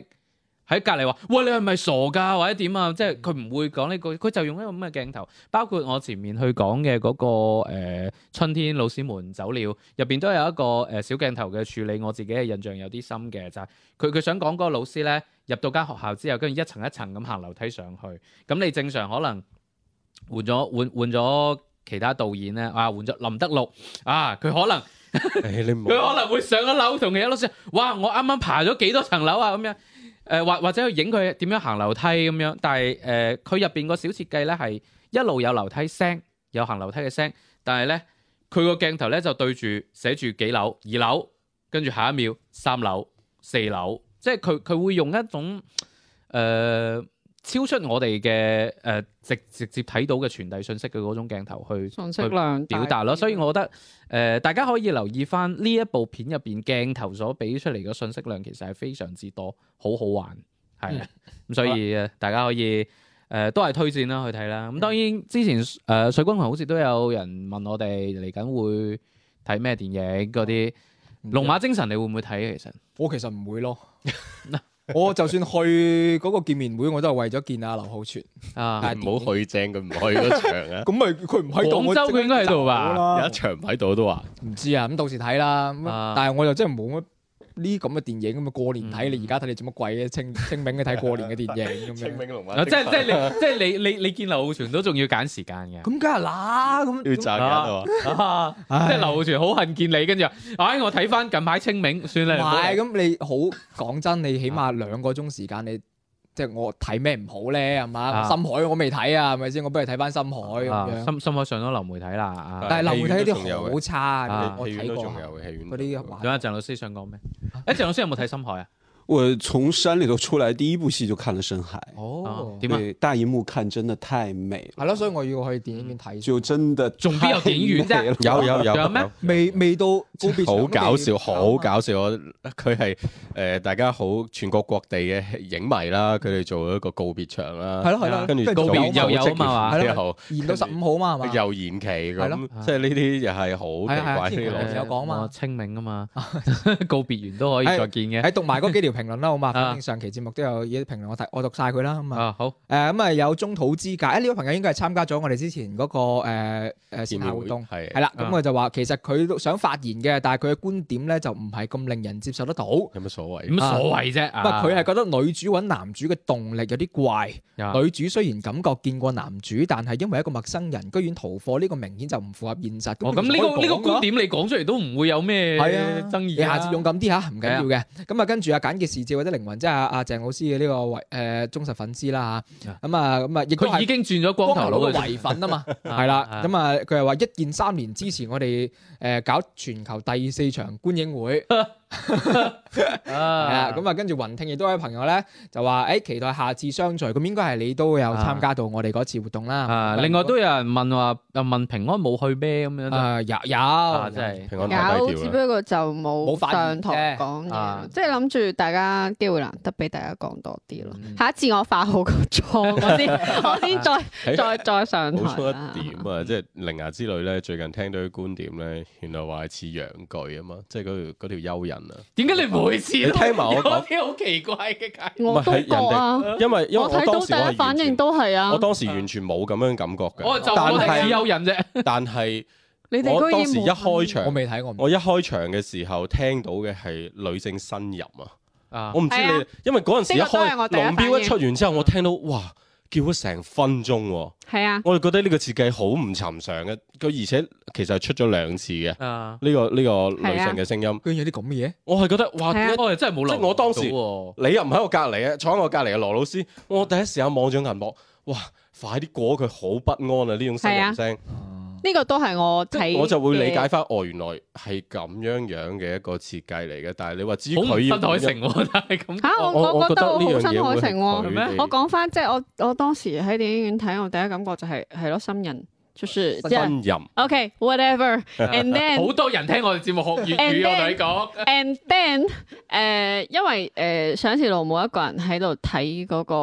S2: 喺隔離話：喂，你係咪傻㗎？或者點啊？即係佢唔會講呢個，佢就用一個咁嘅鏡頭。包括我前面去講嘅嗰個、呃、春天老師們走了，入邊都有一個誒、呃小鏡頭嘅處理，我自己嘅印象有啲深嘅就係佢佢想講嗰個老師咧入到間學校之後，跟住一層一層咁行樓梯上去。咁你正常可能換咗換換咗其他導演咧，啊換咗林德祿啊，佢可能。
S4: 誒你
S2: 佢
S4: 冇
S2: 可能會上一樓同佢一樓先，哇！我啱啱爬咗幾多層樓啊咁樣，誒、或或者去影佢點樣行樓梯咁樣，但係誒佢入邊個小設計咧係一路有樓梯聲，有行樓梯嘅聲，但係咧佢個鏡頭咧就對住寫住幾樓，二樓，跟住下一秒三樓、四樓，即係佢佢會用一種誒。呃超出我哋嘅誒直直接睇到嘅傳遞信息嘅嗰種鏡頭去
S6: 信息量大
S2: 表達咯，所以我覺得誒、呃大家可以留意翻呢一部片入邊鏡頭所俾出嚟嘅信息量，其實係非常之多，好好玩，係啊，咁、所以呃大家可以誒、呃都係推薦啦去睇啦。咁當然之前誒、呃水軍群好似都有人問我哋嚟緊會睇哦啊咩電影嗰啲，《龍馬精神》你會唔會睇？其實
S3: 我其實唔會咯，我就算去嗰個見面會，我都係為咗見阿劉浩存。
S2: 啊
S3: 但係
S4: 唔好去正，佢唔去嗰場 啊！
S3: 咁咪佢唔喺度，
S2: 廣州佢應該喺度吧
S4: 有一場唔喺度我都話，
S3: 唔知啊，咁到時睇啦。咁
S2: 啊
S3: 但係我又真係冇乜呢咁嘅電影咁啊，過年睇
S2: 嗯
S3: 你而家睇你做乜鬼嘅？ 清清明嘅睇過年嘅電影 咁樣，
S4: 龍
S2: 啊即係即係你即係你你你見劉浩存都仲要揀時間嘅。
S3: 咁梗係啦，咁
S4: 要賺緊啊嘛！
S2: 啊！即係劉浩存好恨見你，跟住話：，唉，我睇翻近排清明，算啦。
S3: 唔
S2: 唔好
S3: 係咁你好講真，你起碼兩個鐘時間你。即係我睇咩唔好咧，係嘛？
S2: 啊
S3: 深海我嚟未睇啊，係咪先？我不如睇翻深海咁
S2: 啊
S3: 樣。
S2: 深深海上咗流媒體啦。啊
S3: 但係流媒體
S4: 戲院都
S3: 嗰
S4: 仲有
S3: 啲
S4: 嘅
S3: 好差
S2: 啊
S3: 啊，我
S4: 戲院
S3: 睇
S4: 都
S3: 過
S4: 仲有嘅戲院
S3: 嗰啲
S4: 話，
S2: 咁啊，鄭老師想講咩？誒，鄭老師有冇睇深海啊？
S5: 我从山里头出來第一部戲就看了《深海》，
S3: 哦
S2: 啊，點啊？
S5: 对，大荧幕看真的太美
S3: 係
S5: 了，
S3: 咯，所以我要去電影院睇。
S5: 就真的
S2: 仲邊有電影院啫
S5: 太美了
S4: 有有有
S2: 仲有咩？
S3: 未未啊到告別
S4: 嗯好
S3: 場
S4: 搞笑，
S3: 地
S4: 好搞笑！我佢係誒大家好全國各地嘅影迷啦，佢哋做咗一個告別場啦，
S3: 係咯係咯
S4: 跟住
S3: 跟住
S2: 告別又有啊嘛
S4: 之
S3: 係
S4: 後
S3: 咯，延到十五號嘛係嘛？
S4: 又延期
S3: 係
S4: 咁
S3: 咯，
S4: 即係呢啲又
S3: 係
S4: 係
S3: 啊係啊
S4: 好奇怪
S3: 之前
S4: 呢
S3: 有
S4: 啲
S3: 講嘛
S2: 我清明啊嘛，告別完都可以再見嘅。
S3: 喺讀埋嗰幾條評論啦，好嘛？
S2: 啊
S3: 反正上期節目都有嘢評論，我睇我讀晒佢啦。咁啊，
S2: 啊，好，
S3: 誒咁啊有中土之界，誒呢位朋友應該係參加咗我哋之前嗰個誒誒線
S4: 見
S3: 下
S4: 面
S3: 活
S4: 會
S3: 動。
S4: 係
S3: 係啦，
S2: 啊
S3: 咁佢就話其實佢都想發言嘅，但係佢嘅觀點咧就唔係咁令人接受得到。不
S4: 有乜所謂
S2: 有？乜所謂啫？
S3: 過
S2: 啊，
S3: 佢係覺得女主揾男主嘅動力有啲怪。
S2: 啊
S3: 女主雖然感覺見過男主，但係因為一個陌生人居然逃課，呢個明顯就唔符合現實。
S2: 哦，咁呢個呢個
S3: 點
S2: 觀？點你講出嚟都唔會有咩
S3: 係啊
S2: 爭議
S3: 你下次勇敢啲嚇，唔緊要
S2: 係
S3: 嘅。咁啊，跟住啊，簡潔視照或者靈魂，即係阿阿鄭老師嘅呢個為誒忠實粉絲啦嚇。
S2: 啊
S3: 咁啊，咁啊，亦都
S2: 佢已
S3: 係
S2: 經轉咗光頭佬
S3: 嘅
S2: 嘅
S3: 唯粉啊嘛，
S2: 啊
S3: 係啦
S2: 啊。
S3: 咁啊，佢係話一鍵三連支持我哋誒搞全球第四場觀影會。係啊，
S2: 啊，
S3: 咁啊，跟住雲聽亦都有位朋友咧就話：誒，期待下次相聚。咁應該係你都有參加到我哋嗰次活動啦。
S2: 啊，另外都有人問話，啊問平安冇去咩咁樣都
S3: 啊有
S1: 哦
S2: 啊，
S3: 有，
S2: 真係
S4: 平安太
S1: 有，
S4: 低
S1: 只
S4: 調啊
S1: 不
S4: 啦，
S1: 過就
S3: 冇
S1: 冇
S3: 發言
S1: 上堂
S3: 啫
S1: 講
S2: 啊
S1: 嘢，即係諗住大家機會難得，俾大家講多啲咯
S2: 嗯。
S1: 下一次我化好個妝，我先我先
S4: 哎
S1: 再再再上
S4: 補
S1: 台
S4: 充一
S1: 啦。
S4: 點啊，即係靈牙之旅咧，最近聽到啲觀點咧，原來話係似陽具啊嘛，即係嗰條嗰條蚯人啊。
S2: 點解你每次
S4: 你
S2: 都
S4: 聽埋我講
S2: 有啲好奇怪嘅解釋？
S4: 唔
S1: 我
S4: 係
S1: 都
S4: 係人
S1: 覺啊，
S4: 因為因為
S1: 我睇到
S4: 當時我
S1: 第
S4: 係
S1: 一反
S4: 完
S1: 應
S4: 全，
S1: 都係啊
S4: 我。當時完全冇咁樣感覺
S2: 我
S4: 嘅。
S2: 就我
S4: 但
S2: 係
S4: 係
S2: 只有人啫，
S4: 但係
S1: 你哋
S4: 我
S1: 居然
S4: 當時一
S1: 冇
S4: 開
S3: 我
S4: 場，
S3: 未睇過，
S4: 我一開場嘅時候聽到嘅係女性呻吟啊！
S2: 啊
S4: 我唔知
S1: 係
S4: 你
S1: 啊，
S4: 因為嗰陣時一
S1: 呢個都係
S4: 開
S1: 我第一反
S4: 龍
S1: 應
S4: 標一出完之後，我聽到哇叫咗成分鐘喎，
S1: 係啊，
S4: 我就覺得呢個設計好唔尋常嘅。佢而且其實係出咗兩次嘅
S2: 啊，
S4: 呢個呢個女性嘅聲音，
S3: 居然有啲咁嘅嘢。
S4: 我係覺得哇
S1: 係啊
S2: 我係真係冇諗
S4: 即係我當時
S2: 到喎
S4: 你又唔喺我隔離啊，坐喺我隔離嘅羅老師，我第一時間望住銀幕，哇！快啲過佢，好不安啊！呢種呻吟聲，
S1: 呢個都係我睇，
S4: 我就會理解。翻，哦，原來係咁樣樣嘅一個設計嚟嘅。但係你話至於
S2: 好唔
S4: 佢要
S2: 新海誠 喎，但係咁
S1: 嚇，
S2: 講
S4: 我
S1: 我
S4: 我
S1: 我
S4: 覺
S1: 覺
S4: 得
S1: 得
S4: 呢
S1: 我
S4: 樣
S1: 好
S4: 嘢
S1: 新海
S4: 會
S1: 誠
S4: 係
S1: 喎。
S4: 佢哋
S1: 我講翻即係我我當時喺電影院睇，我第一感覺就係係咯，新人就是即係
S4: 呻吟，
S1: OK whatever，and then
S2: 好多人聽我哋節目學粵
S1: And
S2: 語，我
S1: then-
S2: 同你講
S1: And then，誒、因呃為誒、上一次路冇一個人喺度睇嗰個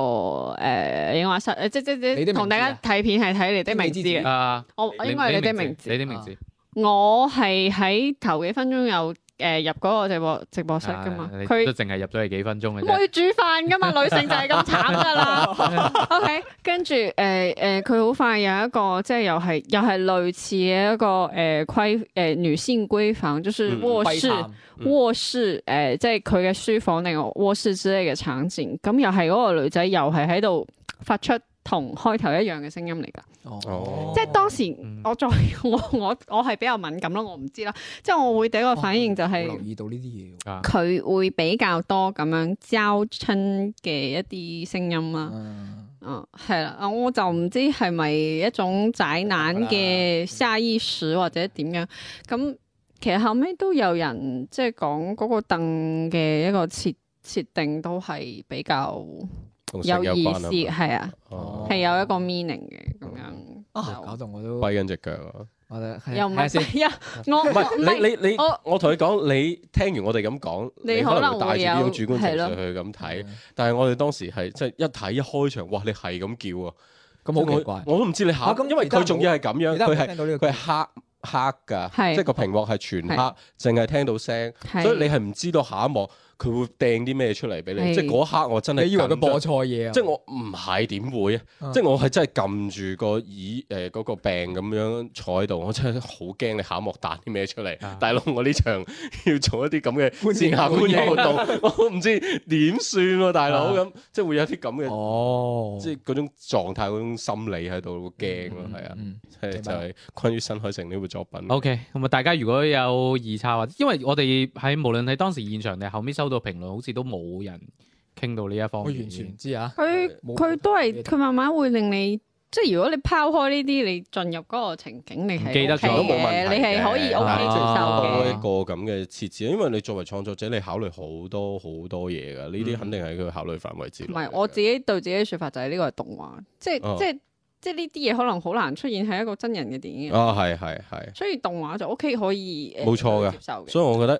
S1: 誒、影畫室，誒即即
S3: 你的
S1: 即
S3: 名字啊
S1: 同大家睇片係睇你的名字嘅。
S2: 啊，
S1: 我我應該係你的名字。哦
S2: 你的名字
S1: 我係喺頭幾分鐘有誒、呃入嗰個直播直播室噶嘛，
S2: 啊你
S1: 佢
S2: 都淨係入咗嚟幾分鐘嘅
S1: 我
S2: 啫
S1: 要煮飯噶嘛，女性就係咁慘噶啦。OK，跟住誒誒，佢、好快有一個即係又係又係類似嘅一個誒、規誒、呃女性規範，就是
S4: 嗯
S1: 臥
S3: 窺
S1: 室。
S3: 探
S4: 嗯
S1: 卧室誒、呃即係佢嘅書房定卧室之類嘅場景，咁又係嗰個女仔又係喺度發出同開頭一樣嘅聲音嚟㗎。
S4: 哦
S1: 即係當時
S2: 嗯
S1: 我作為 我我我係比較敏感咯，我唔知啦。即係我會第一個反應就
S3: 我留
S1: 係
S4: 啊
S3: 意到呢啲嘢
S2: 哦
S3: 喎。
S2: 啊
S1: 佢會比較多咁樣交親嘅一啲聲音啦。
S3: 嗯
S1: 嗯，係啦，我就唔知係咪一種宅男
S4: 嗯
S1: 嘅下意識或者點樣咁。其實後尾都有人即係講嗰個凳嘅一個設設定都係比較
S4: 同性
S1: 有
S4: 有
S1: 意
S4: 關
S1: 思，
S4: 啊
S1: 係啊，
S4: 哦嗯
S1: 係有一個 meaning 嘅咁樣。
S3: 啊，搞到我都
S4: 跛緊只腳啊！
S3: 我哋係
S1: 又唔
S3: 睇下
S1: 係
S3: 先。
S1: 呀？我
S4: 唔
S1: 我唔係
S4: 係你你你
S1: 我，
S4: 我同你講，你聽完我哋咁講，
S1: 你
S4: 你可能
S1: 可能
S4: 帶住呢種
S1: 會
S4: 主
S1: 有
S4: 觀情
S1: 係咯
S4: 緒去咁睇。但係我哋當時係即係一睇一開場，哇！你係咁叫啊！
S3: 咁好
S4: 我
S3: 奇怪。
S4: 我都唔知你
S3: 啊
S4: 下，
S3: 咁
S4: 因為佢仲要係咁樣，
S3: 你得
S4: 佢
S3: 唔
S4: 係
S3: 聽到呢個
S4: 佢係黑黑㗎，
S1: 係
S4: 即係個屏幕係全黑，
S1: 係
S4: 淨係聽到聲，
S1: 係
S4: 所以你係唔知道下一幕佢會掟啲咩出嚟俾你？
S1: 係
S4: 即係嗰一刻我真係
S3: 你以為佢
S4: 緊張
S3: 播錯嘢啊？
S4: 即係我唔係點會啊！
S3: 嗯
S4: 即係我係真係撳住個耳呃誒嗰、個病咁樣坐喺度，我真係好驚你下一幕彈啲咩出嚟。
S2: 啊
S4: 大佬，我呢場 要做一啲咁嘅線下觀影活動，我唔知點算喎，大佬咁即係會有啲咁嘅。
S3: 哦，
S4: 即係嗰種狀態，嗰種心理喺度會驚咯，係啊，
S3: 嗯
S4: 即係就係關於新海誠呢部作品。
S2: OK，咁啊，大家如果有二刷或者，因為我哋喺無論喺當時現場定係後尾收到評論，好似都冇人傾到呢一方
S3: 我
S2: 面。
S3: 完全唔知啊。
S1: 佢
S3: 冇
S1: 佢都係
S3: 冇
S1: 佢慢慢會令你，即係如果你拋開呢啲，你進入嗰個情景，你
S2: 唔
S1: 係
S2: 記得
S1: OK
S2: 咗
S4: 都冇問
S1: 嘅，
S4: 題
S1: 你係可以
S4: 嘅
S1: OK 接受
S2: 啊
S4: 多
S1: 嘅。
S4: 一個咁嘅設置，因為你作為創作者，你考慮好多好多嘢噶，呢啲肯定係佢考慮範圍之
S1: 唔
S4: 內。
S1: 係我自己對自己嘅説法就係呢個係動畫，即係、
S4: 哦
S1: 即係即係呢啲嘢可能好難出現喺一個真人嘅電影入面，
S4: 啊，係係係，
S1: 所以動畫就 OK 可以呃
S4: 冇錯嘅
S1: 接受嘅。
S4: 所以我覺得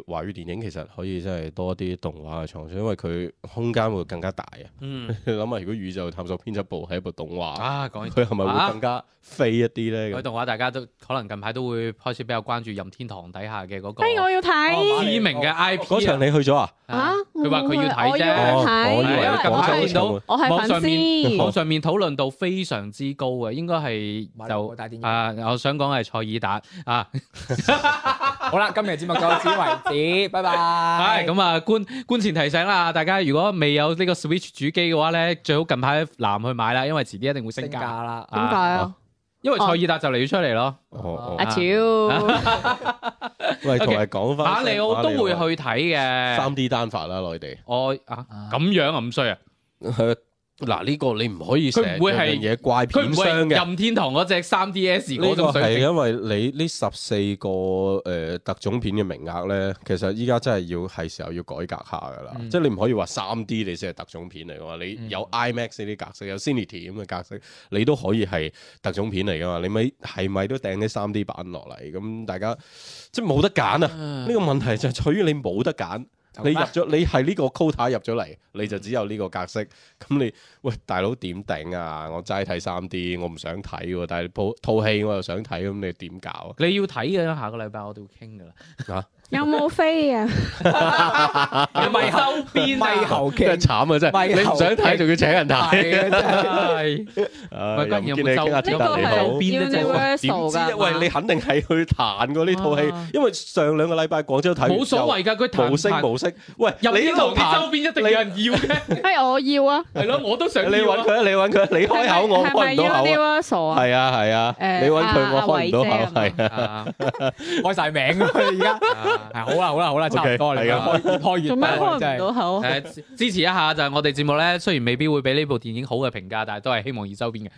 S4: 誒華語電影其實可以真係多啲動畫嘅創作，因為佢 空間會更加大啊！
S2: 嗯
S4: 你諗下，如果宇宙探索編輯部係一部動畫，
S2: 啊，講起
S4: 佢係咪會更加飛一啲咧？
S2: 佢
S4: 咁
S2: 動畫，大家都可能近排都會開始比較關注任天堂底下嘅嗰個
S1: 哎，我要睇
S2: 知名嘅 IP
S4: 哦嗰場你去咗啊？
S2: 啊
S1: 啊！
S2: 哦佢話佢要睇
S1: 我
S2: 啫
S1: 要
S4: 哦
S1: 睇
S4: 我以為
S2: 係啊近
S4: 廣
S2: 排
S4: 州
S2: 見到
S4: 嗰場
S1: 我係
S2: 網
S1: 粉
S2: 上面網
S1: 絲，
S2: 上面討論度非常之高嘅，應該係
S3: 馬里奧
S2: 就
S3: 大電影
S2: 啊，我想講係塞爾達啊，
S3: 好啦，今日節目到此為止，拜拜。
S2: 係咁啊，觀觀前提醒啦，大家如果未有呢個 Switch 主機嘅話咧，最好近排南去買啦，因為遲啲一定會升
S3: 升價
S2: 價，
S3: 啦，
S1: 點解啊？
S2: 因為塞爾達就嚟要出嚟咯。
S4: 哦
S1: 阿
S4: 哦，
S2: 啊
S1: 超，
S4: 喂，同埋講翻
S2: 馬里奧啊都會去睇嘅，
S4: 啊三 D 單法啦，內地。
S2: 我啊咁樣啊咁衰啊，
S4: 嗱呢個你唔可以成
S2: 佢唔會係
S4: 樣嘢
S2: 佢
S4: 怪片
S2: 唔會
S4: 商
S2: 係。
S4: 嘅
S2: 任天堂嗰只三 DS
S4: 呢
S2: 嗰
S4: 個
S2: 種
S4: 係
S2: 水平，
S4: 因為你呢十四個誒、呃特種片嘅名額咧，其實依家真係要係時候要改革下噶啦，
S3: 嗯
S4: 即係你唔可以話三 D 你先係特種片嚟噶嘛，
S3: 嗯
S4: 你有 IMAX 呢啲格式，有 Cinity 咁嘅格式，你都可以係特種片嚟噶嘛，你咪係咪都掟啲三 D 版落嚟？咁大家即係冇得揀啊！呢、個問題就係在於你冇得揀。你入咗，你係呢個 quota 入咗嚟，你就只有呢個格式。咁你喂大佬點頂啊？我齋睇三 D，我唔想睇喎。但係套套戲我又想睇，咁你點搞啊？
S2: 你要睇嘅，下個禮拜我哋會傾噶啦。
S1: 有冇飛啊？
S2: 有咪周邊
S3: 咪
S2: 啊？
S3: 後劇
S4: 真係慘啊！真係
S3: 咪
S4: 你唔想睇，仲要請人睇。
S3: 係啊，真係
S2: 係
S4: 唉
S2: 咪
S4: 又唔見你傾下
S2: 有冇周
S4: 天
S1: 呢
S2: 邊
S4: 達
S1: 個
S4: 你
S2: 係
S4: 好
S1: 係。
S2: 邊都冇
S4: 點
S1: Universal
S4: 知啊？
S1: 㗎，
S4: 喂，你肯定係去彈過呢套戲
S2: 啊，
S4: 因為上兩個禮拜廣州睇完
S2: 冇所謂㗎，佢
S4: 之後
S2: 彈
S4: 無聲無息。喂，
S2: 入
S4: 你呢
S2: 天堂
S4: 度
S2: 啲
S4: 彈
S2: 周邊一定有人要嘅，
S6: 哎，我要啊！
S2: 係咯，我都想
S4: 你
S2: 要
S4: 揾
S2: 啊。
S4: 佢啊！你揾佢啊，你開口我
S6: 係咪
S4: 開唔
S6: 係咪
S4: 到口啊！
S6: Universal 啊？
S4: 係啊係啊，你揾佢我開唔
S6: 阿
S4: 到
S6: 偉姐啊嘛
S4: 口係啊。
S2: 啊
S3: 開晒名啊！而家
S2: 啊
S3: 係好啦，好啦，好啦，差唔多啦，
S4: OK，
S3: 越
S4: 係啊
S3: 開越
S6: 做咩
S3: 開
S6: 開
S3: 真
S6: 唔
S3: 係
S6: 到口啊？
S2: 誒支支持一下就係我哋節目咧，雖然未必會俾呢部電影好嘅評價，但係都係希望以周邊嘅。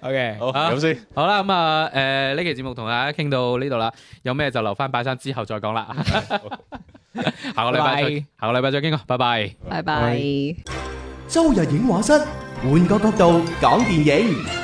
S3: OK。
S4: 好，
S2: 啊
S4: 咁先。
S2: 好啦，咁啊誒呢期節目同大家傾到呢度啦，有咩就留翻拜山之後再講啦。下個禮拜再
S3: 拜拜
S2: 下個禮拜再傾啊，拜拜。
S1: 拜拜。
S8: 周日影畫室，換個角度講電影。